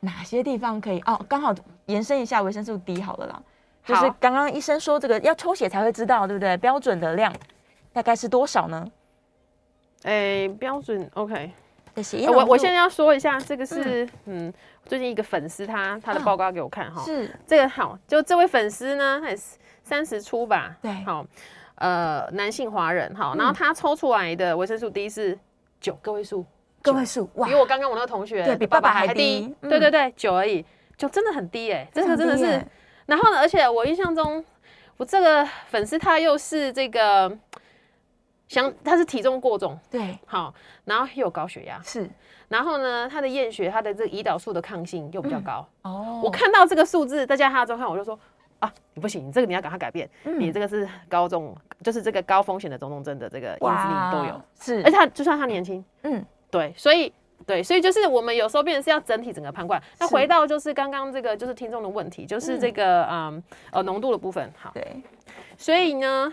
Speaker 1: 哪些地方可以哦，刚好延伸一下维生素 D 好了啦，就是
Speaker 2: 好
Speaker 1: 刚刚医生说这个要抽血才会知道，对不对？标准的量大概是多少呢？
Speaker 2: 哎，标准 OK。
Speaker 1: 的血液
Speaker 2: 呃我
Speaker 1: 浓
Speaker 2: 我
Speaker 1: 度
Speaker 2: 现在要说一下，这个是嗯，啊最近一个粉丝他他的报告给我看哈，
Speaker 1: 是
Speaker 2: 这个好，就这位粉丝呢，他也是三十出吧，
Speaker 1: 对
Speaker 2: 好，呃，男性华人好，然后他抽出来的维生素 D 是九嗯个位数，
Speaker 1: 个位数哇
Speaker 2: 比，我刚刚我那个同学
Speaker 1: 对比
Speaker 2: 的爸
Speaker 1: 爸爸还
Speaker 2: 还低
Speaker 1: 低，
Speaker 2: 对
Speaker 1: 嗯
Speaker 2: 对对，九而已，就真的很低哎、这个真的
Speaker 1: 很低
Speaker 2: 是
Speaker 1: 耶。
Speaker 2: 然后呢，而且我印象中，我这个粉丝他又是这个想他是体重过重，
Speaker 1: 对
Speaker 2: 好，然后又有高血压，
Speaker 1: 是
Speaker 2: 然后呢，他的验血他的这个胰岛素的抗性又比较高。
Speaker 1: 哦，
Speaker 2: 我看到这个数字，再加上他的状况，我就说。啊，你不行，你这个你要赶快改变，你这个是高中，就是这个高风险的种种症的这个因子
Speaker 1: 哇
Speaker 2: 你都有，
Speaker 1: 是，
Speaker 2: 而且他就算他年轻，
Speaker 1: 嗯
Speaker 2: 对，所以对，所以就是我们有时候变成是要整体整个判断。那回到就是刚刚这个就是听众的问题，就是这个嗯呃浓度的部分。好，
Speaker 1: 对
Speaker 2: 所以呢，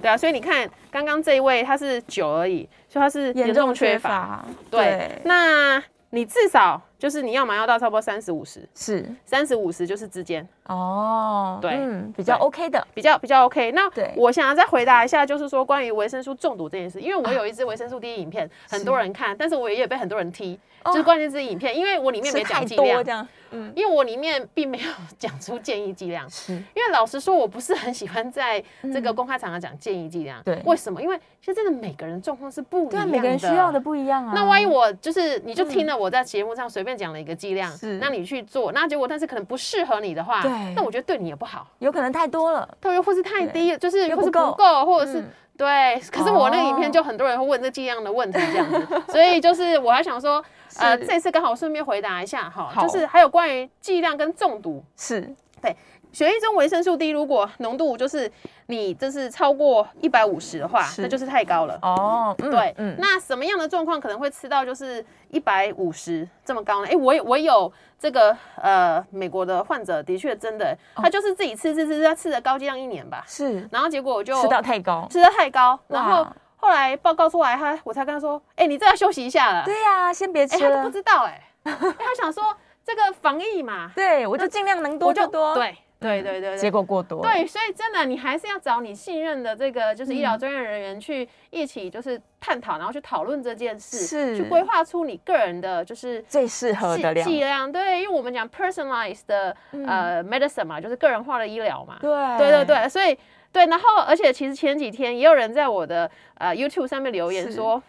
Speaker 2: 对啊，所以你看刚刚这一位他是九而已，所以他是
Speaker 1: 严重缺乏
Speaker 2: 对，那你至少就是你要么要到差不多三十五十，
Speaker 1: 是
Speaker 2: 三十五十就是之间。
Speaker 1: 哦
Speaker 2: 对
Speaker 1: 嗯比较
Speaker 2: 对
Speaker 1: OK 的
Speaker 2: 比较比较 OK，那
Speaker 1: 对
Speaker 2: 我想要再回答一下，就是说关于维生素中毒这件事，因为
Speaker 1: 啊
Speaker 2: 我有一支维生素 D 影片，很多人看，但是我也被很多人踢，就是关于这支影片，因为我里面
Speaker 1: 吃
Speaker 2: 没
Speaker 1: 太
Speaker 2: 讲剂量
Speaker 1: 哦多这，样嗯
Speaker 2: 因为我里面并没有 讲出建议剂量，
Speaker 1: 是嗯
Speaker 2: 因为老实说，我不是很喜欢在这个公开场合讲建议剂量。
Speaker 1: 对
Speaker 2: 为什么？因为其实真的每个人状况是不一样
Speaker 1: 对
Speaker 2: 的，
Speaker 1: 啊，每个人需要的。不一样啊。
Speaker 2: 那万一我就是你就听了我在节目上随便讲了一个剂量，
Speaker 1: 嗯是
Speaker 2: 那你去做，那结果但是可能不适合你的话，
Speaker 1: 对
Speaker 2: 那我觉得对你也不好，
Speaker 1: 有可能太多了。
Speaker 2: 对，或是太低，就是
Speaker 1: 又
Speaker 2: 或是
Speaker 1: 不够
Speaker 2: 不够，或者是、
Speaker 1: 嗯哦
Speaker 2: 对，可是我那个影片就很多人会问这几样的问题，这样子，所以就是我还想说，呃，
Speaker 1: 是
Speaker 2: 这次刚好顺便回答一下哈，
Speaker 1: 好
Speaker 2: 就是还有关于剂量跟中毒，
Speaker 1: 是
Speaker 2: 血液中维生素 D 如果浓度就是你就是超过一百五十的话，
Speaker 1: 是
Speaker 2: 那就是太高了。
Speaker 1: 哦，嗯
Speaker 2: 对，
Speaker 1: 嗯，
Speaker 2: 那什么样的状况可能会吃到就是一百五十这么高呢？哎、我有我有这个呃，美国的患者的确真的，
Speaker 1: 哦
Speaker 2: 他就是自己吃吃吃，吃他吃了高剂量一年吧，
Speaker 1: 是
Speaker 2: 然后结果我就
Speaker 1: 吃到太高，
Speaker 2: 吃的太高，然后
Speaker 1: 哇
Speaker 2: 后来报告出来，他我才跟他说，哎、你这要休息一下了。
Speaker 1: 对呀，先别
Speaker 2: 哎、
Speaker 1: 吃
Speaker 2: 他都
Speaker 1: 了
Speaker 2: 不，知道哎、诶他想说这个防疫嘛，
Speaker 1: 对我就尽量能 多
Speaker 2: 我
Speaker 1: 就多，，
Speaker 2: 对对对对
Speaker 1: 嗯结
Speaker 2: 对。
Speaker 1: 果过多，
Speaker 2: 对，所以真的，你还是要找你信任的这个就是
Speaker 1: 嗯
Speaker 2: 医疗专业人员去一起就是探讨，然后去讨论这件事，
Speaker 1: 是
Speaker 2: 去规划出你个人的就是
Speaker 1: 最适合的量，嗯
Speaker 2: 剂量。对，因为我们讲 personalized 的、呃 medicine 嘛，就是个人化的医疗嘛。
Speaker 1: 对
Speaker 2: 对对，对，所以对，然后而且其实前几天也有人在我的呃 YouTube 上面留言
Speaker 1: 是
Speaker 2: 说，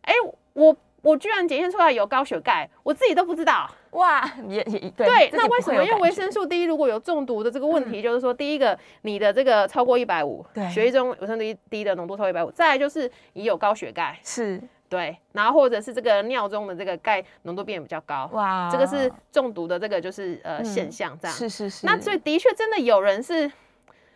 Speaker 2: 哎、我我居然检验出来有高血钙，我自己都不知道。
Speaker 1: 哇，也也对
Speaker 2: 对，
Speaker 1: 自己
Speaker 2: 那
Speaker 1: 不
Speaker 2: 为什
Speaker 1: 会
Speaker 2: 么？
Speaker 1: 有
Speaker 2: 因为
Speaker 1: 感
Speaker 2: 维
Speaker 1: 觉嗯
Speaker 2: 生素 D 如果有中毒的这个问题，就是说，第一个你的这个超过一百五
Speaker 1: 对，
Speaker 2: 血液中维生素 D D 的浓度超过一百五，再来就是你有高血钙，
Speaker 1: 是
Speaker 2: 对，然后或者是这个尿中的这个钙浓度变得比较高，
Speaker 1: 哇，嗯
Speaker 2: 这个是中毒的这个就是呃、现象这样。
Speaker 1: 是是是，
Speaker 2: 那所以的确真的有人是，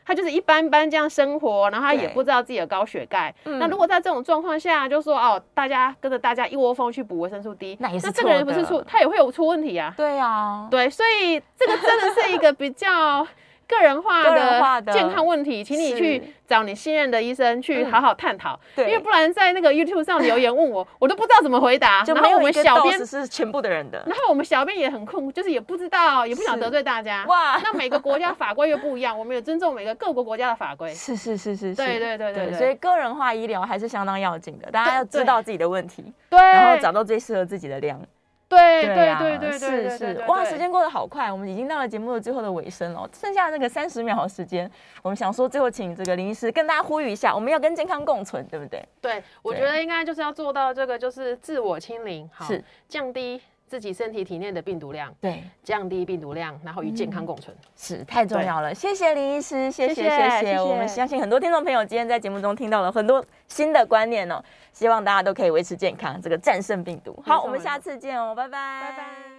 Speaker 2: 他就是一般般这样生活，然后他也
Speaker 1: 对
Speaker 2: 不知道自己有高血钙。
Speaker 1: 嗯
Speaker 2: 那如果在这种状况下，就说哦，大家跟着大家一窝蜂去补维生素 D，
Speaker 1: 那也是
Speaker 2: 这个人
Speaker 1: 错
Speaker 2: 不
Speaker 1: 的
Speaker 2: 是出，他也会有出问题啊。
Speaker 1: 对啊，
Speaker 2: 对，所以这个真的是一个比 较。个人化
Speaker 1: 个人化的
Speaker 2: 的嗯健康问题，请你
Speaker 1: 是
Speaker 2: 去找你信任的医生去好好探讨，
Speaker 1: 对
Speaker 2: 因为不然在那个 YouTube 上留言问 我，我都不知道怎么回答。
Speaker 1: 就
Speaker 2: 然
Speaker 1: 没
Speaker 2: 后
Speaker 1: 有
Speaker 2: 我们
Speaker 1: 一个
Speaker 2: 小编
Speaker 1: dose 是全部的人的，
Speaker 2: 然后我们小编也很困，就是也不知道，也不想
Speaker 1: 是
Speaker 2: 得罪大家。
Speaker 1: 哇
Speaker 2: 那每个国家法规又不一样，我们也尊重每个各国国家的法 规。
Speaker 1: 是是是是是，
Speaker 2: 对对对对对
Speaker 1: 所以个人化医疗还是相当要紧的，大家要知道自己的问题，
Speaker 2: 对，
Speaker 1: 然后找到最适合自己的量。
Speaker 2: 对
Speaker 1: 啊
Speaker 2: 对对对对对
Speaker 1: 是
Speaker 2: 对
Speaker 1: 是
Speaker 2: 对，
Speaker 1: 哇，
Speaker 2: 对
Speaker 1: 时间过得好快，我们已经到了节目的最后的尾声了，剩下那个三十秒的时间，我们想说最后请这个林医师跟大家呼吁一下，我们要跟健康共存，对不对？
Speaker 2: 对，我
Speaker 1: 对
Speaker 2: 觉得应该就是要做到这个，就是自我清零，好
Speaker 1: 是，
Speaker 2: 降低自己身体体内的病毒量，
Speaker 1: 对，
Speaker 2: 降低病毒量，然后与健康共存。
Speaker 1: 是太重要了，谢谢林医师，谢谢
Speaker 2: 谢
Speaker 1: 谢
Speaker 2: 谢
Speaker 1: 谢，
Speaker 2: 谢谢
Speaker 1: 我们相信很多听众朋友今天在节目中听到了很多新的观念哦，希望大家都可以维持健康，这个战胜病毒。
Speaker 2: 没
Speaker 1: 好，
Speaker 2: 错
Speaker 1: 我们
Speaker 2: 没
Speaker 1: 下
Speaker 2: 错
Speaker 1: 次见哦，拜拜，
Speaker 2: 拜拜。